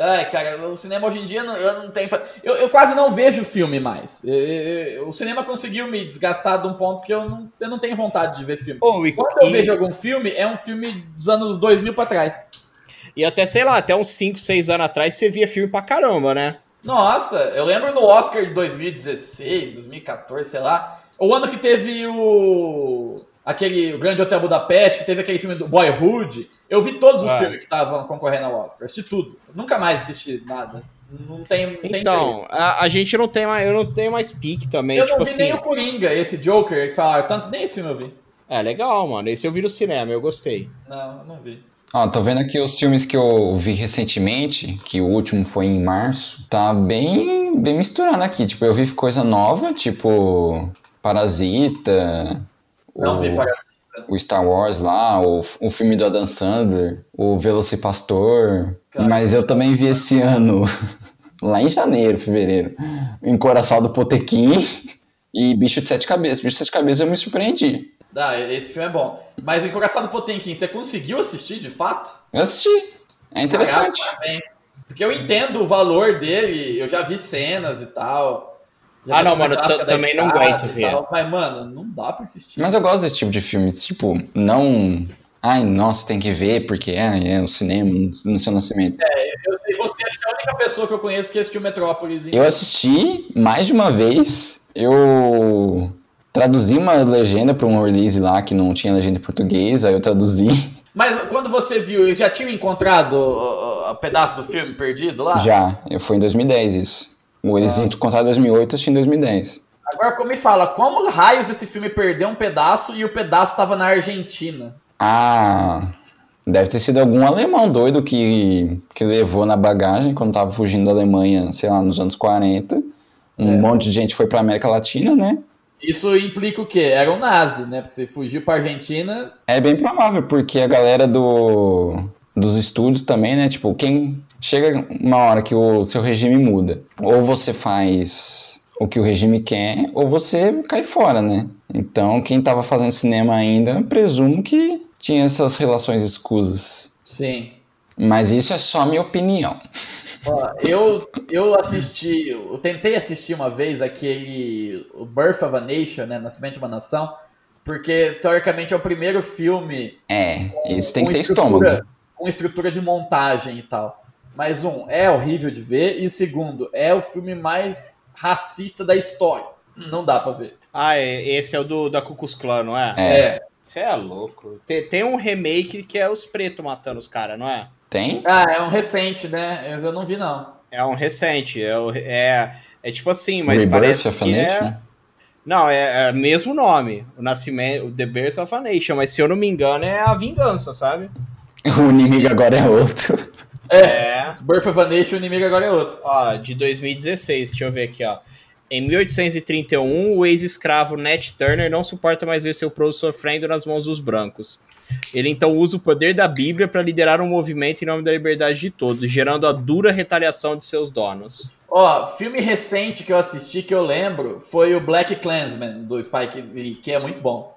Speaker 1: Ai, cara, o cinema hoje em dia não- eu não tenho. pra- Eu, eu quase não vejo filme mais. Eu- eu- eu- o cinema conseguiu me desgastar de um ponto que eu não, eu não tenho vontade de ver filme.
Speaker 2: Ou e,
Speaker 1: Quando eu
Speaker 2: e-
Speaker 1: vejo algum filme, é um filme dos anos 2000 pra trás.
Speaker 2: e até, sei lá, até uns 5, 6 anos atrás você via filme pra caramba, né?
Speaker 1: Nossa, eu lembro no Oscar de 2016, 2014, sei lá. O ano que teve o. Aquele o Grande Hotel Budapeste, que teve aquele filme do Boyhood. Eu vi todos os
Speaker 2: Ah.
Speaker 1: filmes que estavam concorrendo ao Oscar. Assisti tudo. Nunca mais assisti nada. Não tem. Não tem interesse.
Speaker 2: Então, a, a gente não tem mais, eu não tenho mais pique também,
Speaker 1: Eu
Speaker 2: tipo
Speaker 1: não vi
Speaker 2: assim.
Speaker 1: nem o Coringa, esse Joker que falaram tanto, nem esse filme eu vi.
Speaker 2: É legal, mano. Esse eu vi no cinema, eu gostei.
Speaker 1: Não, eu não vi.
Speaker 3: Ó, tô vendo aqui os filmes que eu vi recentemente, que o último foi em março. Tá bem, bem misturado aqui. Tipo, eu vi coisa nova, tipo Parasita,
Speaker 1: Não
Speaker 3: o,
Speaker 1: vi Parasita.
Speaker 3: o Star Wars lá, o, o filme do Adam Sandler, o Velocipastor.
Speaker 1: Cara.
Speaker 3: Mas eu também vi esse ano, lá em janeiro, fevereiro, em Coração do Potequim e Bicho de Sete Cabeças. Bicho de Sete Cabeças eu me surpreendi.
Speaker 1: Ah, esse filme é bom. Mas o Encoraçado Potemkin, você conseguiu assistir de fato?
Speaker 3: Eu assisti. É interessante.
Speaker 1: Caraca, parabéns. Porque eu entendo o valor dele, eu já vi cenas e tal. Já
Speaker 2: Ah,
Speaker 1: vi
Speaker 2: não,
Speaker 1: essa
Speaker 2: mano, eu
Speaker 1: clássica
Speaker 2: t-
Speaker 1: da
Speaker 2: também não
Speaker 1: escada
Speaker 2: aguento
Speaker 1: e
Speaker 2: ver.
Speaker 1: tal, Mas, mano, não dá pra assistir.
Speaker 3: Mas eu gosto desse tipo de filme, tipo, não. Ai, nossa, tem que ver, porque é, é o cinema no seu nascimento.
Speaker 1: Eu sei, você acho que é a única pessoa que eu conheço que assistiu Metrópolis. em-
Speaker 3: Eu assisti mais de uma vez, eu traduzi uma legenda pra um release lá que não tinha legenda em português, aí eu traduzi.
Speaker 1: Mas quando você viu, eles já tinham encontrado o, o- o pedaço do filme perdido lá?
Speaker 3: Já, eu fui em 2010 isso. O Eles iam contar 2008, eu assisti em 2010.
Speaker 1: Agora como me fala, como raios esse filme perdeu um pedaço e o pedaço tava na Argentina?
Speaker 3: Ah, deve ter sido algum alemão doido que, que levou na bagagem quando tava fugindo da Alemanha, sei lá, nos anos 40. Um
Speaker 1: É.
Speaker 3: monte de gente foi pra América Latina, né?
Speaker 1: Isso implica o quê? Era um nazi, né? Porque você fugiu pra Argentina.
Speaker 3: É bem provável, porque a galera do, dos estúdios também, né? Tipo, quem chega uma hora que o seu regime muda, ou você faz o que o regime quer, ou você cai fora, né? Então, quem tava fazendo cinema ainda, presumo que tinha essas relações escusas.
Speaker 1: Sim.
Speaker 3: Mas isso é só minha opinião.
Speaker 1: Ó, eu, eu assisti, eu tentei assistir uma vez aquele o Birth of a Nation, né? Nascimento de uma Nação, porque teoricamente é o primeiro filme
Speaker 3: É, isso tem
Speaker 1: com
Speaker 3: que ter
Speaker 1: estrutura-
Speaker 3: estômago.
Speaker 1: Com estrutura de montagem e tal. Mas um, é horrível de ver, e segundo, é o filme mais racista da história. Não dá pra ver.
Speaker 2: Ah, é- esse é o do, da Cucus Clã, não é?
Speaker 3: É,
Speaker 1: é.
Speaker 2: Você é louco. Tem, tem um remake que é os pretos matando os caras, não é?
Speaker 3: tem?
Speaker 1: Ah, é um recente, né? Mas eu não vi, não.
Speaker 2: É um recente. É, o- é, é tipo assim, mas
Speaker 3: Rebirth
Speaker 2: parece
Speaker 3: of a
Speaker 2: que é...
Speaker 3: Nation?
Speaker 2: Não, é, é mesmo nome. O Nascimento, o The Birth of a Nation. Mas se eu não me engano, é a vingança, sabe?
Speaker 3: O inimigo agora é outro.
Speaker 2: É.
Speaker 1: Birth of a Nation, o inimigo agora é outro.
Speaker 2: Ó, de 2016, deixa eu ver aqui, ó. Em 1831, o ex-escravo Nat Turner não suporta mais ver seu povo sofrendo nas mãos dos brancos. Ele então usa o poder da Bíblia para liderar um movimento em nome da liberdade de todos, gerando a dura retaliação de seus donos.
Speaker 1: Ó, filme recente que eu assisti, que eu lembro, foi o Black Clansman, do Spike Lee, que é muito bom.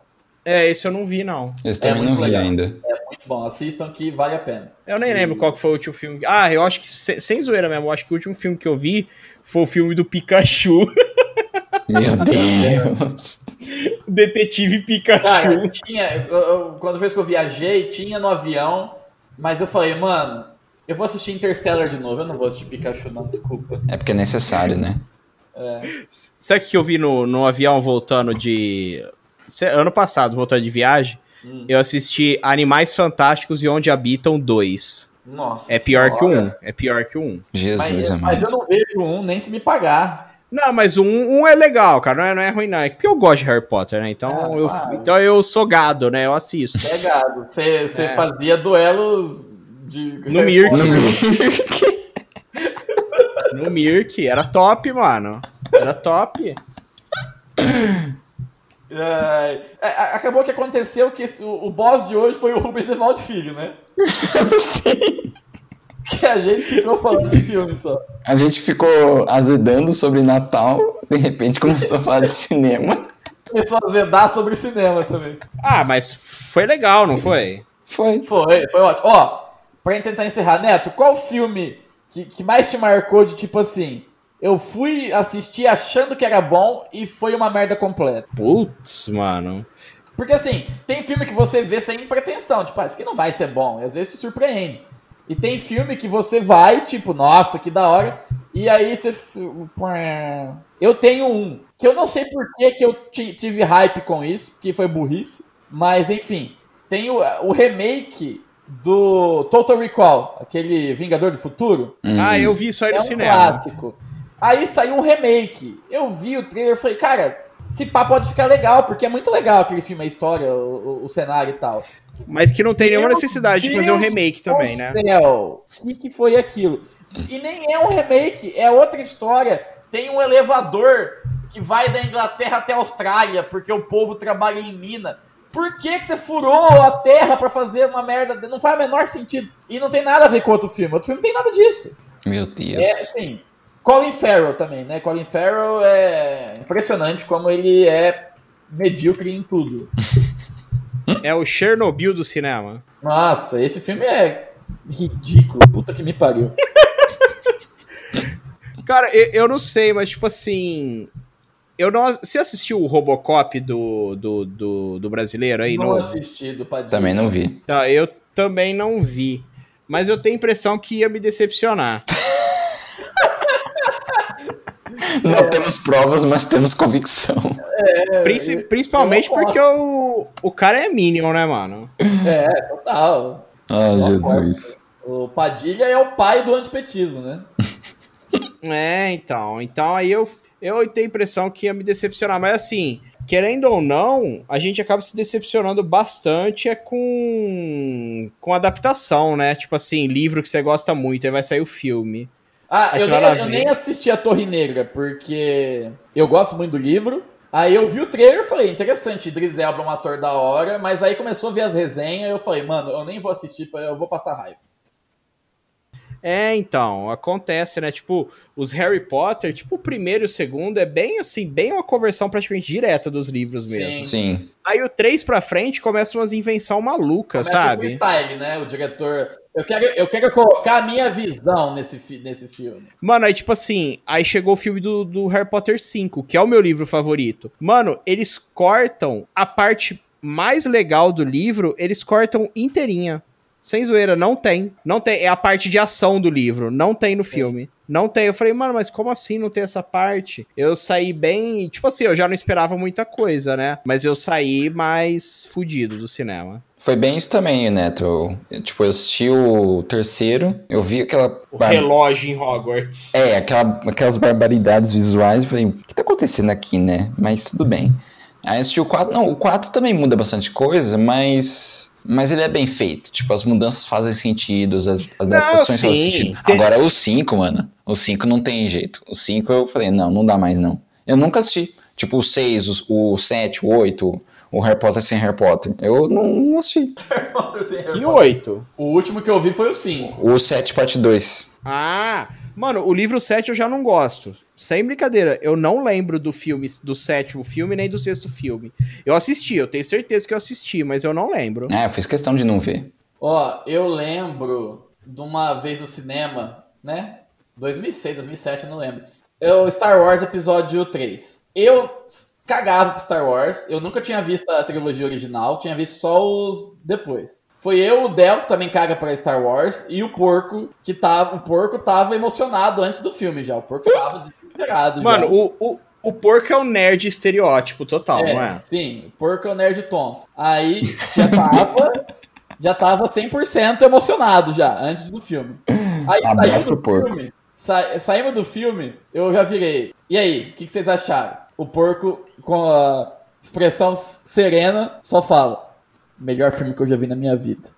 Speaker 2: É, esse eu não vi, não.
Speaker 3: Eles também
Speaker 1: muito
Speaker 3: não vi
Speaker 1: legal.
Speaker 3: ainda.
Speaker 1: É muito bom, assistam que vale a pena.
Speaker 2: Eu nem lembro qual que foi o último filme. Ah, eu acho que, se- sem zoeira mesmo, eu acho que o último filme que eu vi foi o filme do Pikachu,
Speaker 3: Meu Deus.
Speaker 2: Detetive Pikachu.
Speaker 1: Cara, tinha, eu- eu- quando fez que eu viajei, tinha no avião, mas eu falei, mano, eu vou assistir Interstellar de novo, eu não vou assistir Pikachu não, desculpa.
Speaker 3: É porque é necessário, né?
Speaker 2: Sabe o que eu vi no, no avião voltando de. se- Ano passado, voltando de viagem?
Speaker 1: Hum.
Speaker 2: Eu assisti Animais Fantásticos e Onde Habitam 2.
Speaker 1: Nossa.
Speaker 2: É pior que o
Speaker 1: senhora.
Speaker 2: 1. É pior que o 1.
Speaker 3: Jesus
Speaker 1: Mas,
Speaker 3: amado.
Speaker 1: mas eu não vejo um, nem se me pagar.
Speaker 2: Não, mas o 1, é legal, cara. Não é, não é ruim, não. É porque eu gosto de Harry Potter, né? Então,
Speaker 1: Ah,
Speaker 2: eu,
Speaker 1: claro.
Speaker 2: então eu sou gado, né? Eu assisto.
Speaker 1: Pegado. É Você você
Speaker 2: É.
Speaker 1: fazia duelos de.
Speaker 2: No Mirk.
Speaker 3: Não vi.
Speaker 2: No Mirk. Era top, mano. Era top.
Speaker 1: Ai, a- a- acabou que aconteceu que esse- o, o boss de hoje foi o Rubens Evaldo Filho, né? Que a gente ficou falando de filme só.
Speaker 3: A gente ficou azedando sobre Natal, de repente começou a falar de cinema.
Speaker 1: Começou a zedar sobre cinema também.
Speaker 2: Ah, mas foi legal, não foi?
Speaker 3: Foi.
Speaker 1: Foi, foi ótimo. Ó, pra tentar encerrar, Neto, qual filme que, que mais te marcou de tipo assim? Eu fui assistir achando que era bom e foi uma merda completa.
Speaker 2: Putz, mano.
Speaker 1: Porque assim, tem filme que você vê sem pretensão, tipo, ah, isso aqui não vai ser bom, e às vezes te surpreende. E tem filme que você vai, tipo, nossa, que da hora, e aí você. f- pã. Eu tenho um, que eu não sei por que, que eu ti- tive hype com isso, que foi burrice, mas enfim, tem o, o remake do Total Recall, aquele Vingador do Futuro
Speaker 3: Hum.
Speaker 2: Ah, eu vi isso aí no
Speaker 1: é um
Speaker 2: cinema.
Speaker 1: clássico. Aí saiu um remake. Eu vi o trailer e falei, cara, esse pá pode ficar legal, porque é muito legal aquele filme, a história, o, o- o cenário e tal.
Speaker 2: Mas que não tem nenhuma
Speaker 1: Meu
Speaker 2: necessidade de fazer um
Speaker 1: Deus
Speaker 2: remake também, né?
Speaker 1: Meu céu, o que, que foi aquilo? E nem é um remake, é outra história. Tem um elevador que vai da Inglaterra até a Austrália, porque o povo trabalha em mina. Por que, que você furou a terra pra fazer uma merda? Não faz o menor sentido. E não tem nada a ver com outro filme. Outro filme não tem nada disso.
Speaker 3: Meu Deus.
Speaker 1: É, assim, Colin Farrell também, né? Colin Farrell é impressionante como ele é medíocre em tudo.
Speaker 2: É o Chernobyl do cinema.
Speaker 1: Nossa, esse filme é ridículo. Puta que me pariu.
Speaker 2: Cara, eu, eu não sei, mas tipo assim. Eu não, você assistiu o Robocop do, do, do, do brasileiro aí?
Speaker 1: não
Speaker 2: Não.
Speaker 1: assisti do Padilha.
Speaker 3: Também não vi.
Speaker 2: Tá, eu também não vi. Mas eu tenho a impressão que ia me decepcionar.
Speaker 3: Não temos provas, mas temos convicção.
Speaker 2: Princi- principalmente
Speaker 1: É, eu não
Speaker 2: porque
Speaker 1: gosto.
Speaker 2: o, o, o cara é Minion, né, mano?
Speaker 1: É, total.
Speaker 3: Ah, Jesus.
Speaker 1: O Padilha é o pai do antipetismo, né?
Speaker 2: É, então. Então aí eu, eu tenho a impressão que ia me decepcionar. Mas assim, querendo ou não, a gente acaba se decepcionando bastante é com, com adaptação, né? Tipo assim, livro que você gosta muito, aí vai sair o filme.
Speaker 1: Ah,
Speaker 2: Aí
Speaker 1: eu
Speaker 2: você
Speaker 1: nem,
Speaker 2: vai lá
Speaker 1: eu
Speaker 2: ver.
Speaker 1: nem assisti a Torre Negra, porque eu gosto muito do livro. Aí eu vi o trailer e falei, interessante, Idris Elba é um ator da hora, mas aí começou a ver as resenhas e eu falei, mano, eu nem vou assistir, eu vou passar raiva.
Speaker 2: É, então, acontece, né? Tipo, os Harry Potter, tipo, o primeiro e o segundo é bem assim, bem uma conversão praticamente direta dos livros
Speaker 1: Sim.
Speaker 2: mesmo.
Speaker 3: Sim.
Speaker 2: Aí o 3 pra frente começa umas invenção maluca,
Speaker 1: Começa o
Speaker 2: sabe?
Speaker 1: freestyle, né? O diretor. Eu quero, eu quero colocar a minha visão nesse, fi- nesse filme.
Speaker 2: Mano, aí tipo assim, aí chegou o filme do, do Harry Potter 5, que é o meu livro favorito. Mano, eles cortam a parte mais legal do livro, eles cortam inteirinha. Sem zoeira, não tem. Não tem. É a parte de ação do livro. Não tem no filme. Não tem. Eu falei, mano, mas como assim não tem essa parte? Eu saí bem. Tipo assim, eu já não esperava muita coisa, né? Mas eu saí mais fudido do cinema.
Speaker 3: Foi bem isso também, Neto. Eu- eu, tipo, eu assisti o terceiro, eu vi aquela. bar-
Speaker 2: relógio em Hogwarts.
Speaker 3: É, aquela- aquelas barbaridades visuais. Eu falei, o que tá acontecendo aqui, né? Mas tudo bem. Aí eu assisti o 4. Não, o 4 também muda bastante coisa, mas. Mas ele é bem feito. Tipo, as mudanças fazem sentido, as as adaptações
Speaker 2: sim.
Speaker 3: fazem sentido.
Speaker 2: Tem-
Speaker 3: Agora o 5, mano. O 5 não tem jeito. O 5 eu falei, não, não dá mais não. Eu nunca assisti. Tipo, o 6, o 7, o 8, o Harry Potter sem Harry Potter. Eu não, não assisti.
Speaker 2: É, Que oito.
Speaker 1: O último que eu vi foi o 5.
Speaker 3: O 7 parte 2.
Speaker 2: Ah, mano, o livro 7 eu já não gosto. Sem brincadeira, eu não lembro do filme, do sétimo filme nem do sexto filme. Eu assisti, eu tenho certeza que eu assisti, mas eu não lembro.
Speaker 3: É, eu fiz questão de não ver.
Speaker 1: Ó, eu lembro de uma vez no cinema, né? 2006, 2007, eu não lembro. É o Star Wars Episódio 3. Eu cagava pro Star Wars, eu nunca tinha visto a trilogia original, tinha visto só os depois. Foi eu, o Del, que também caga pra Star Wars, e o porco, que tava. O porco tava emocionado antes do filme já. O porco tava desesperado. já.
Speaker 2: Mano, o, o, o porco é um nerd estereótipo total,
Speaker 1: É,
Speaker 2: não é?
Speaker 1: Sim, porco é o nerd tonto. Aí já tava, já tava 100% emocionado já, antes do filme. Aí
Speaker 3: Abraço
Speaker 1: saiu
Speaker 3: pro
Speaker 1: do
Speaker 3: porco.
Speaker 1: filme, sa- saímos do filme, eu já virei. E aí, o que, que vocês acharam? O porco, com a expressão s- serena, só fala, melhor filme que eu já vi na minha vida.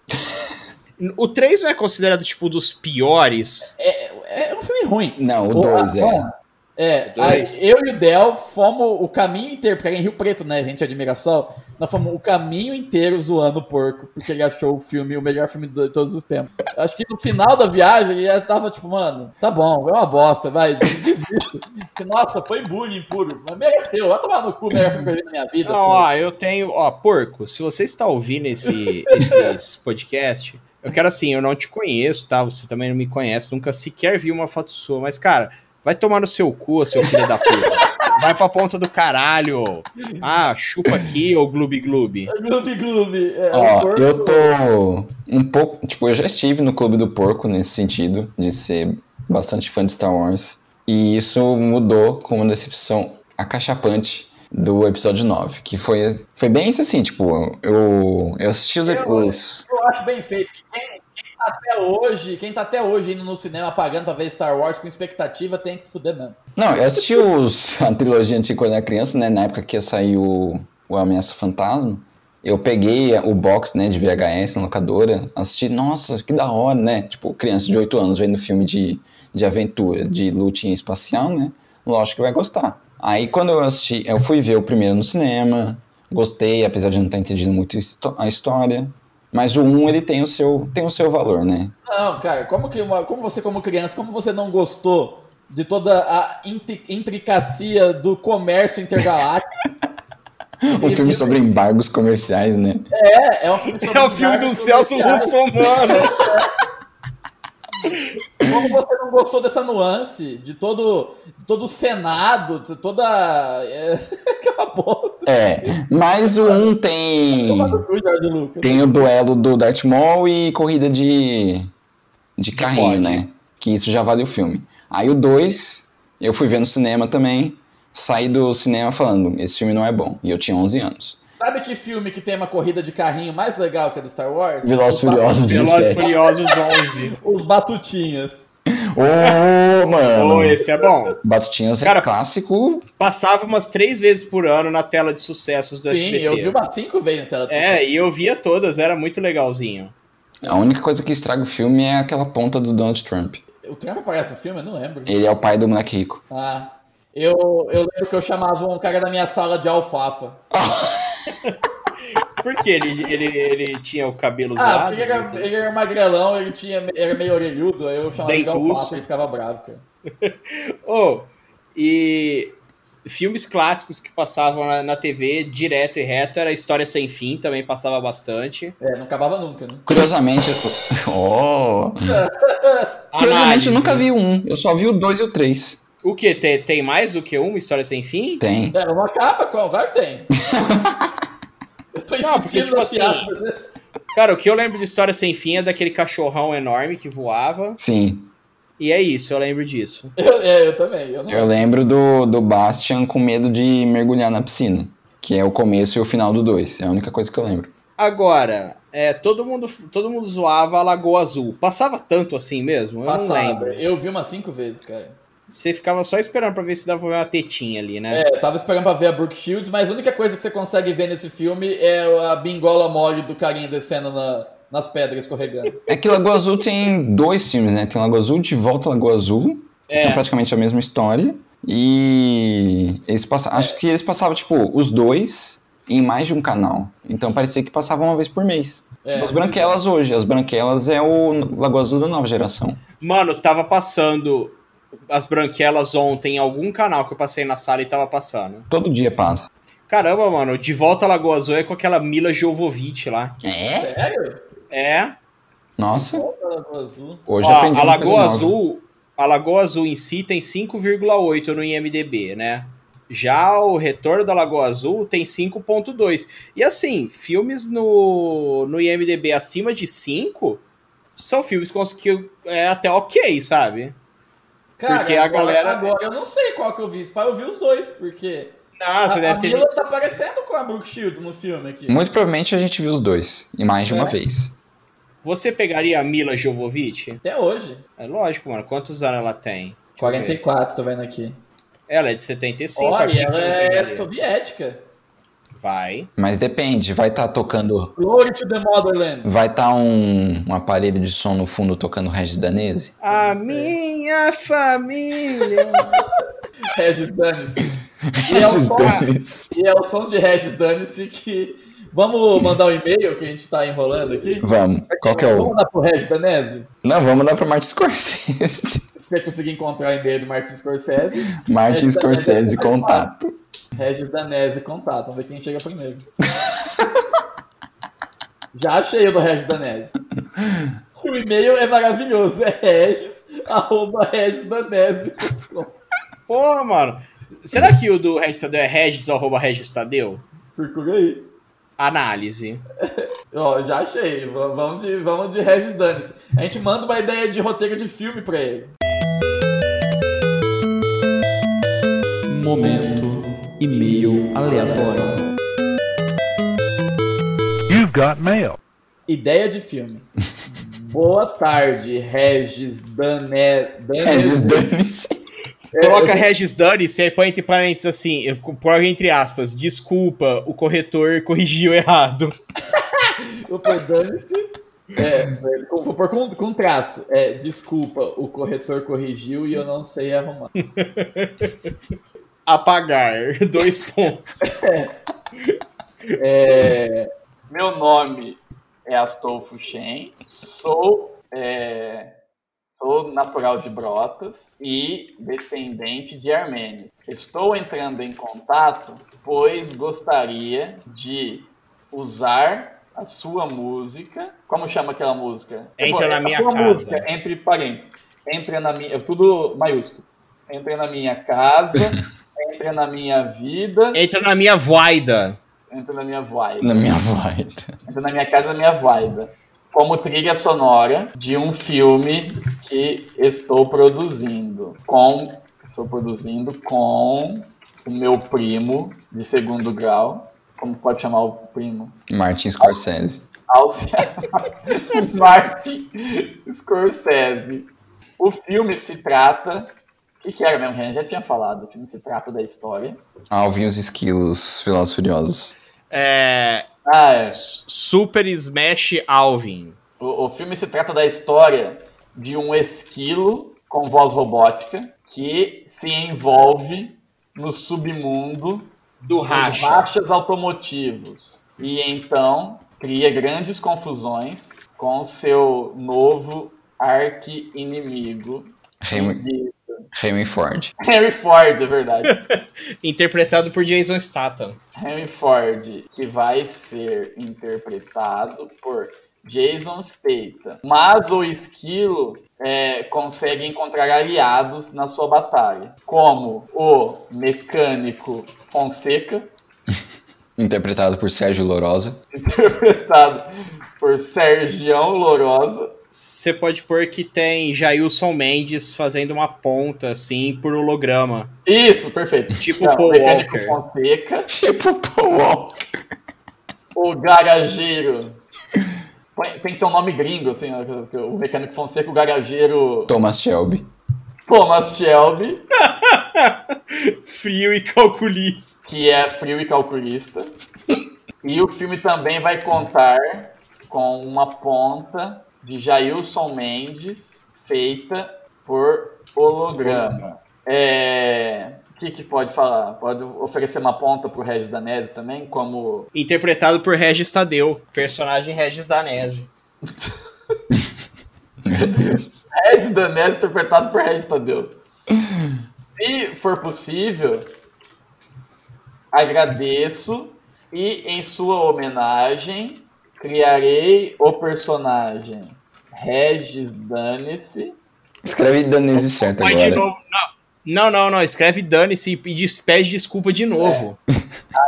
Speaker 2: O 3 não é considerado, tipo, dos piores.
Speaker 1: É, é um filme ruim.
Speaker 3: Não, o
Speaker 1: Ô,
Speaker 3: 2
Speaker 1: ah,
Speaker 3: é.
Speaker 1: bom, É,
Speaker 2: Dois.
Speaker 1: aí eu e o Del fomos o caminho inteiro, porque era em Rio Preto, né? A gente admira sol. Nós fomos o caminho inteiro zoando o porco, porque ele achou o filme o melhor filme de todos os tempos. Acho que no final da viagem ele já tava tipo, mano, tá bom, é uma bosta, vai, desisto. Porque, Nossa, foi bullying puro, mas mereceu, vai tomar no cu o melhor filme que eu vi na minha vida.
Speaker 2: Não,
Speaker 1: pô.
Speaker 2: ó, eu tenho. Ó, porco, se você está ouvindo esse, esse podcast, eu quero assim, eu não te conheço, tá? Você também não me conhece, nunca sequer vi uma foto sua, mas, cara, vai tomar no seu cu, seu filho da puta. Vai pra ponta do caralho. Ah, chupa aqui, ô gloob gloob.
Speaker 1: Gloob, gloob. É, o
Speaker 3: Ó,
Speaker 1: porco-
Speaker 3: eu tô um pouco. Tipo, eu já estive no Clube do Porco nesse sentido, de ser bastante fã de Star Wars. E isso mudou com uma decepção acachapante do episódio 9. Que foi, foi bem isso assim, tipo, eu, eu assisti os,
Speaker 1: Eu-
Speaker 3: os.
Speaker 1: Eu acho bem feito. que Quem, quem tá até hoje, quem tá até hoje indo no cinema pagando pra ver Star Wars com expectativa tem que se fuder mesmo.
Speaker 3: Não, eu assisti os, a trilogia antiga quando eu era criança, né? Na época que ia sair o, o Ameaça Fantasma. Eu peguei o box, né, de VHS na locadora, assisti, nossa, que da hora, né? Tipo, criança de 8 anos vendo filme de, de aventura, de lutinha espacial, né? Lógico que vai gostar. Aí quando eu assisti, eu fui ver o primeiro no cinema, gostei, apesar de não estar entendendo muito histo- a história. Mas o 1, ele tem o seu, tem o seu valor, né?
Speaker 1: Não, cara, como que uma- como você como criança, como você não gostou de toda a inti- intricacia do comércio intergaláctico?
Speaker 3: Um filme sobre embargos comerciais, né?
Speaker 1: É, é um filme sobre vários comerciais.
Speaker 2: Russomano.
Speaker 1: Como você não gostou dessa nuance, de todo de todo o Senado, de toda é, que é uma bosta.
Speaker 3: É, mas o 1 tem.
Speaker 1: Toma no cu, Jorge Lucas.
Speaker 3: Tem o duelo do Darth Maul e corrida de. de carrinho,
Speaker 2: bode.
Speaker 3: né? Que isso já vale o filme. Aí o 2, eu fui ver no cinema também. Saí do cinema falando: esse filme não é bom. E eu tinha 11 anos.
Speaker 1: Sabe que filme que tem uma corrida de carrinho mais legal que a do Star Wars?
Speaker 3: Velozes
Speaker 1: Os ba-
Speaker 3: Furiosos
Speaker 1: É.
Speaker 2: Velozes e
Speaker 3: 17.
Speaker 2: Furiosos 11.
Speaker 1: Os Batutinhas.
Speaker 3: Ô, mano.
Speaker 2: Pô, esse é bom.
Speaker 3: Batutinhas
Speaker 2: Cara,
Speaker 3: é clássico.
Speaker 2: Passava umas três vezes por ano na tela de sucessos do
Speaker 1: Sim,
Speaker 2: SBT.
Speaker 1: eu vi umas cinco vezes na tela de
Speaker 2: É, e eu via todas, era muito legalzinho.
Speaker 3: A única coisa que estraga o filme é aquela ponta do Donald Trump.
Speaker 1: O Trump aparece no filme? Eu não lembro.
Speaker 3: Ele é o pai do moleque rico.
Speaker 1: Ah, eu, eu lembro que eu chamava um cara da minha sala de alfafa.
Speaker 2: Porque ele, ele, ele tinha o cabelo né?
Speaker 1: Ah,
Speaker 2: usado.
Speaker 1: porque ele era, ele era magrelão, ele tinha, era meio orelhudo, aí eu chamava ele de
Speaker 2: Dentuço.
Speaker 1: alfafa, ele ficava bravo, cara.
Speaker 2: Oh, e filmes clássicos que passavam na, na TV direto e reto era História Sem Fim, também passava bastante.
Speaker 1: É, não acabava nunca, né?
Speaker 3: Curiosamente, eu... oh. Curiosamente,
Speaker 2: Análise.
Speaker 3: eu nunca vi um. Eu só vi o dois e o três.
Speaker 2: O que? Tem, tem mais do que uma História Sem Fim?
Speaker 3: Tem.
Speaker 1: É, uma capa, qual? Claro que tem. Eu tô
Speaker 2: Não, porque,
Speaker 1: insistindo
Speaker 2: tipo
Speaker 1: na
Speaker 2: assim,
Speaker 1: piada, né?
Speaker 2: Cara, o que eu lembro de História Sem Fim é daquele cachorrão enorme que voava.
Speaker 3: Sim.
Speaker 2: E é isso, eu lembro disso.
Speaker 1: Eu, é, eu também. Eu, não
Speaker 3: Eu lembro do, do Bastian com medo de mergulhar na piscina. Que é o começo e o final do dois. É a única coisa que eu lembro.
Speaker 2: Agora, é, todo, mundo, todo mundo zoava a Lagoa Azul. Passava tanto assim mesmo? Eu não
Speaker 1: Passava.
Speaker 2: lembro.
Speaker 1: Eu vi umas cinco vezes, cara.
Speaker 2: Você ficava só esperando pra ver se dava uma tetinha ali, né?
Speaker 1: É, eu tava esperando pra ver a Brooke Shields, mas a única coisa que você consegue ver nesse filme é a bingola mole do carinha descendo na- nas pedras, escorregando.
Speaker 3: É que Lagoa Azul tem dois filmes, né? Tem Lagoa Azul de Volta a Lagoa Azul, que
Speaker 2: É.
Speaker 3: são praticamente a mesma história. E eles passa... acho que eles passavam, tipo, os dois em mais de um canal. Então parecia que passavam uma vez por mês.
Speaker 1: É,
Speaker 3: As Branquelas hoje. As Branquelas é o Lagoa Azul da nova geração.
Speaker 2: Mano, tava passando as branquelas ontem em algum canal que eu passei na sala e tava passando.
Speaker 3: Todo dia passa.
Speaker 2: Caramba, mano, de volta a Lagoa Azul é com aquela Mila Jovovich lá.
Speaker 3: É?
Speaker 1: Sério?
Speaker 2: É.
Speaker 3: Nossa,
Speaker 1: Volta, Lagoa Azul.
Speaker 3: hoje
Speaker 2: Ó,
Speaker 3: aprendi
Speaker 2: a
Speaker 3: uma coisa
Speaker 2: Lagoa
Speaker 3: nova.
Speaker 2: Azul, a Lagoa Azul em si tem 5,8 no IMDb, né? Já o Retorno da Lagoa Azul tem 5,2. E assim, filmes no, no IMDb acima de 5 são filmes cons- que é até ok, sabe?
Speaker 1: Cara,
Speaker 2: Porque a
Speaker 1: agora,
Speaker 2: galera-
Speaker 1: agora eu não sei qual que eu vi. Pai, eu vi os dois, porque
Speaker 2: Ah, você
Speaker 1: a,
Speaker 2: deve
Speaker 1: a
Speaker 2: ter.
Speaker 1: Mila tá parecendo com a Brooke Shields no filme aqui.
Speaker 3: Muito provavelmente a gente viu os dois, e mais de uma
Speaker 1: É.
Speaker 3: vez.
Speaker 2: Você pegaria a Mila Jovovich?
Speaker 1: Até hoje.
Speaker 2: É lógico, mano. Quantos anos ela tem? Deixa eu
Speaker 1: 44, tô vendo aqui.
Speaker 2: ver. Ela é de 75.
Speaker 1: Olha,
Speaker 2: acho que
Speaker 1: ela
Speaker 2: você não
Speaker 1: é
Speaker 2: pegaria.
Speaker 1: soviética.
Speaker 2: Vai.
Speaker 3: Mas depende, vai estar tocando.
Speaker 1: Glory to the Motherland.
Speaker 3: Vai estar um, um aparelho de som no fundo tocando Regis Danese?
Speaker 2: A
Speaker 1: sei.
Speaker 2: minha família.
Speaker 1: Regis Dane-se. E é o
Speaker 3: Regis
Speaker 1: som-
Speaker 3: Danese.
Speaker 1: E é o som de Regis Dane-se que. Vamos mandar um e-mail que a gente tá enrolando aqui?
Speaker 3: Vamos. Qual que é o.
Speaker 1: Vamos mandar pro Regis Danese?
Speaker 3: Não, vamos dar pro Martin Scorsese.
Speaker 1: Se você conseguir encontrar o e-mail do Martin Scorsese,
Speaker 3: Martin
Speaker 1: Regis Danese
Speaker 3: Scorsese,
Speaker 1: é mais
Speaker 3: contato.
Speaker 1: Regis Danese contato. Vamos ver quem chega primeiro. Já achei o do Regis Danese. O e-mail é maravilhoso. É regis, arroba regisdanese.com.
Speaker 2: Porra, mano. Será que o do Regis Tadeu é Regis, arroba Regis Tadeu?
Speaker 1: Procura aí.
Speaker 2: Análise.
Speaker 1: Ó, já achei. V- Vamos de, vamos de Regis Danes. A gente manda uma ideia de roteiro de filme pra ele.
Speaker 4: Momento e-mail aleatório.
Speaker 5: You've got mail.
Speaker 1: Ideia de filme. Boa tarde, Regis Dane...
Speaker 3: Regis
Speaker 1: Danes.
Speaker 3: Danese.
Speaker 1: É,
Speaker 2: Coloca Regis Dani, você põe entre parênteses assim, eu coloco entre aspas, desculpa, o corretor corrigiu errado.
Speaker 1: Vou pôr Danes. É, com- vou pôr com, com traço. É, desculpa, o corretor corrigiu e eu não sei arrumar.
Speaker 2: Apagar. Dois pontos.
Speaker 1: É, Meu nome é Astolfo Shen. Sou. é, Sou natural de Brotas e descendente de armênios. Estou entrando em contato, pois gostaria de usar a sua música. Como chama aquela música? Eu
Speaker 2: Entra
Speaker 1: vou-
Speaker 2: na
Speaker 1: a
Speaker 2: minha
Speaker 1: sua
Speaker 2: casa.
Speaker 1: Música, entre parênteses. Entra na minha. é Tudo maiúsculo. Entra na minha casa. entra na minha vida.
Speaker 2: Entra na minha voida.
Speaker 1: Entra na minha vibe.
Speaker 3: Na minha voz.
Speaker 1: Entra na minha casa, minha vibe. Como trilha sonora de um filme que estou produzindo com estou produzindo com o meu primo de segundo grau Como pode chamar o primo?
Speaker 3: Martin Scorsese.
Speaker 1: Alce- Martin Scorsese. O filme se trata. O que, que era mesmo, Renan? Já tinha falado. O filme se trata da história.
Speaker 3: Alvin e os esquilos, Filósofos Furiosos.
Speaker 2: É,
Speaker 1: Ah, é.
Speaker 2: Super Smash Alvin.
Speaker 1: O, o filme se trata da história de um esquilo com voz robótica que se envolve no submundo
Speaker 2: Do
Speaker 1: dos rachas automotivos. E então cria grandes confusões com seu novo arqui-inimigo.
Speaker 3: Henry,
Speaker 1: de-
Speaker 3: Henry Ford.
Speaker 1: Henry Ford, é verdade.
Speaker 2: Interpretado por Jason Statham.
Speaker 1: Henry Ford, que vai ser interpretado por Jason Statham. Mas o esquilo é, consegue encontrar aliados na sua batalha, como o mecânico Fonseca,
Speaker 3: Interpretado por Sérgio Lorosa.
Speaker 1: interpretado por Sergião Lourosa.
Speaker 2: Você pode pôr que tem Jailson Mendes fazendo uma ponta, assim, por holograma.
Speaker 1: Isso, perfeito.
Speaker 2: Tipo
Speaker 1: Então,
Speaker 2: Paul
Speaker 1: o mecânico
Speaker 2: Walker.
Speaker 1: Fonseca,
Speaker 3: Tipo Paul Walker.
Speaker 1: o garageiro. Põe- Tem que ser um nome gringo, assim, ó, que- que o mecânico Fonseca, o garageiro
Speaker 3: Thomas Shelby.
Speaker 1: Thomas Shelby,
Speaker 2: Frio e calculista.
Speaker 1: que é frio e calculista. E o filme também vai contar com uma ponta de Jailson Mendes feita por holograma. É, O que, que pode falar? Pode oferecer uma ponta pro Regis Danese também, como
Speaker 2: Interpretado por Regis Tadeu, personagem Regis Danese.
Speaker 1: Regis Danese interpretado por Regis Tadeu. Se for possível, agradeço e em sua homenagem criarei o personagem Regis Dane-se.
Speaker 3: Escreve Danese certo
Speaker 2: Mas de
Speaker 3: agora.
Speaker 2: novo, não. Não, não, não. Escreve dane-se e des- pede desculpa de novo.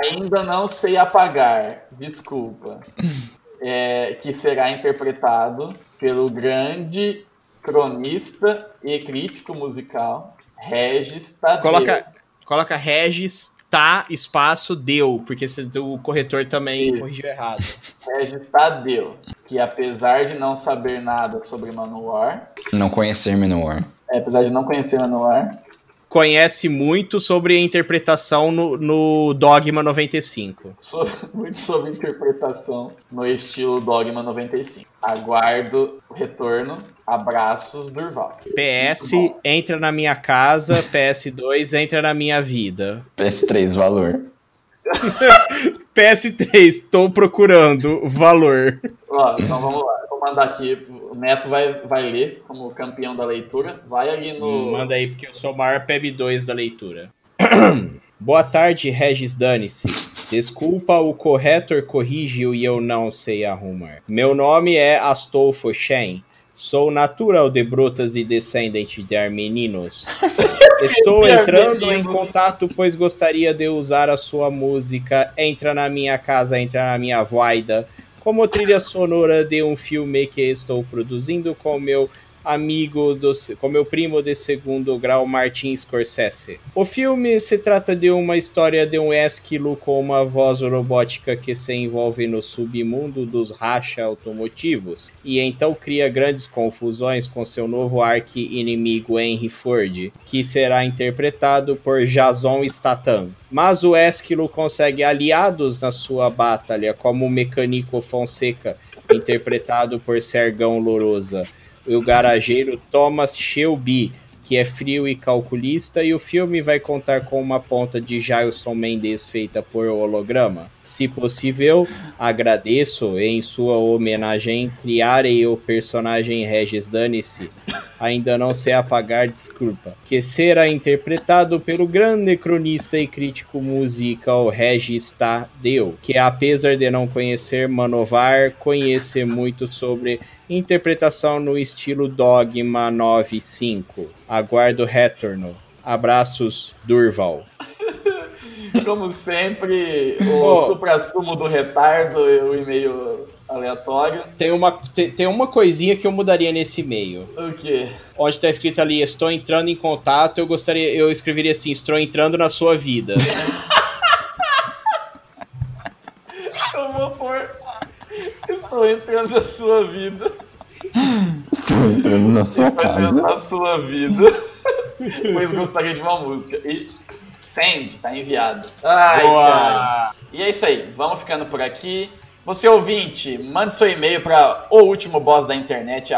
Speaker 1: Ainda não sei apagar, desculpa. É, que será interpretado pelo grande cronista e crítico musical Regis
Speaker 2: É.
Speaker 1: Tadeu.
Speaker 2: Coloca, coloca Regis, tá, espaço, deu. Porque cê- o corretor também
Speaker 1: Isso.
Speaker 2: corrigiu errado.
Speaker 1: Regis É Tadeu, que apesar de não saber nada sobre Manowar,
Speaker 3: Não conhecer Menor.
Speaker 1: é, apesar de não conhecer Manowar,
Speaker 2: Conhece muito sobre a interpretação no, no Dogma 95.
Speaker 1: sou muito sobre interpretação no estilo Dogma 95. Aguardo o retorno. Abraços, Durval.
Speaker 2: PS,
Speaker 1: Muito bom.
Speaker 2: entra na minha casa. PS2, entra na minha vida.
Speaker 3: PS3, valor.
Speaker 2: PS3, tô procurando valor.
Speaker 1: Ó, então vamos lá. Vou mandar aqui. O Neto vai, vai ler como campeão da leitura. Vai ali no.
Speaker 2: Hum, Manda aí, porque eu sou o maior PEB2 da leitura. Boa tarde, Regis Dane-se. Desculpa, o corretor corrigiu e eu não sei arrumar. Meu nome é Astolfo Shen. Sou natural de Brutas e descendente de armeninos. Estou
Speaker 1: De
Speaker 2: entrando em
Speaker 1: armeninos.
Speaker 2: contato, pois gostaria de usar a sua música Entra na minha casa, entra na minha voida, como trilha sonora de um filme que estou produzindo com meu amigo do, com meu primo de segundo grau, Martin Scorsese. O filme se trata de uma história de um esquilo com uma voz robótica que se envolve no submundo dos racha automotivos e então cria grandes confusões com seu novo arqui-inimigo Henry Ford, que será interpretado por Jason Statham. Mas o esquilo consegue aliados na sua batalha, como o mecânico Fonseca, interpretado por Sergão Lourosa e o garageiro Thomas Shelby, que é frio e calculista, e o filme vai contar com uma ponta de Jailson Mendes feita por holograma. Se possível, agradeço em sua homenagem criarei o personagem Regis Dane-se, ainda não sei apagar desculpa, que será interpretado pelo grande cronista e crítico musical Regis Tadeu, que apesar de não conhecer Manovar, conhece muito sobre Interpretação no estilo Dogma 95. Aguardo retorno. Abraços, Durval.
Speaker 1: Como sempre,
Speaker 2: Ó.
Speaker 1: o supra-sumo do retardo, o e-mail aleatório.
Speaker 2: Tem uma, te- tem uma coisinha que eu mudaria nesse e-mail.
Speaker 1: O quê?
Speaker 2: Onde tá escrito ali, estou entrando em contato, eu gostaria, eu escreveria assim, estou entrando na sua vida.
Speaker 1: Estou entrando na sua vida.
Speaker 3: Estou entrando na sua
Speaker 1: Estou entrando
Speaker 3: casa.
Speaker 1: na sua vida. pois gostaria de uma música. E Send, tá enviado. Ai, cara. E é isso aí, vamos ficando por aqui. Você ouvinte, mande seu e-mail para o último boss da internet,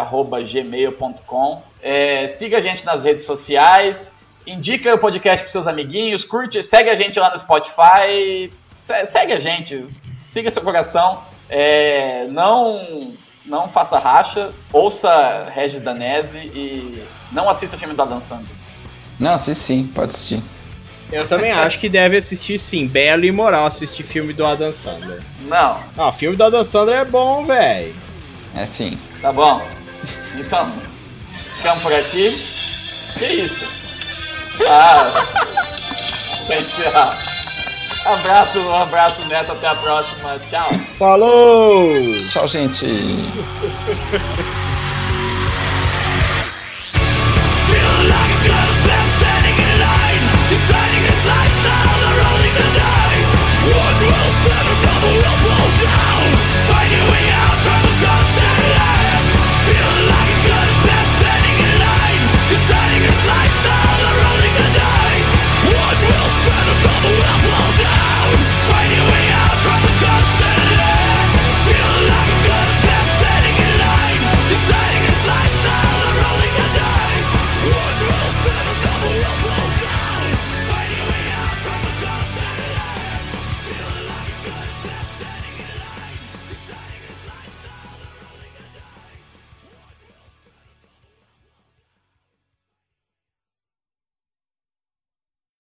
Speaker 1: gmail.com. É, siga a gente nas redes sociais, indica o podcast para seus amiguinhos, curte, segue a gente lá no Spotify, se- segue a gente, siga seu coração. É, não, não faça racha, ouça Regis Danese e não assista filme da Dan Sandler.
Speaker 3: Não, assiste sim, pode assistir.
Speaker 2: Eu também acho que deve assistir sim, belo e moral assistir filme do Adam Sandler.
Speaker 1: Não,
Speaker 2: Ah, filme do Adam Sandler é bom, velho.
Speaker 3: É sim.
Speaker 1: Tá bom? Então, ficamos por aqui. Que isso? Ah, vai encerrar. Abraço, um abraço, Neto. Até a próxima. Tchau.
Speaker 2: Falou!
Speaker 3: Tchau, gente.
Speaker 5: One will stand, another will fall down.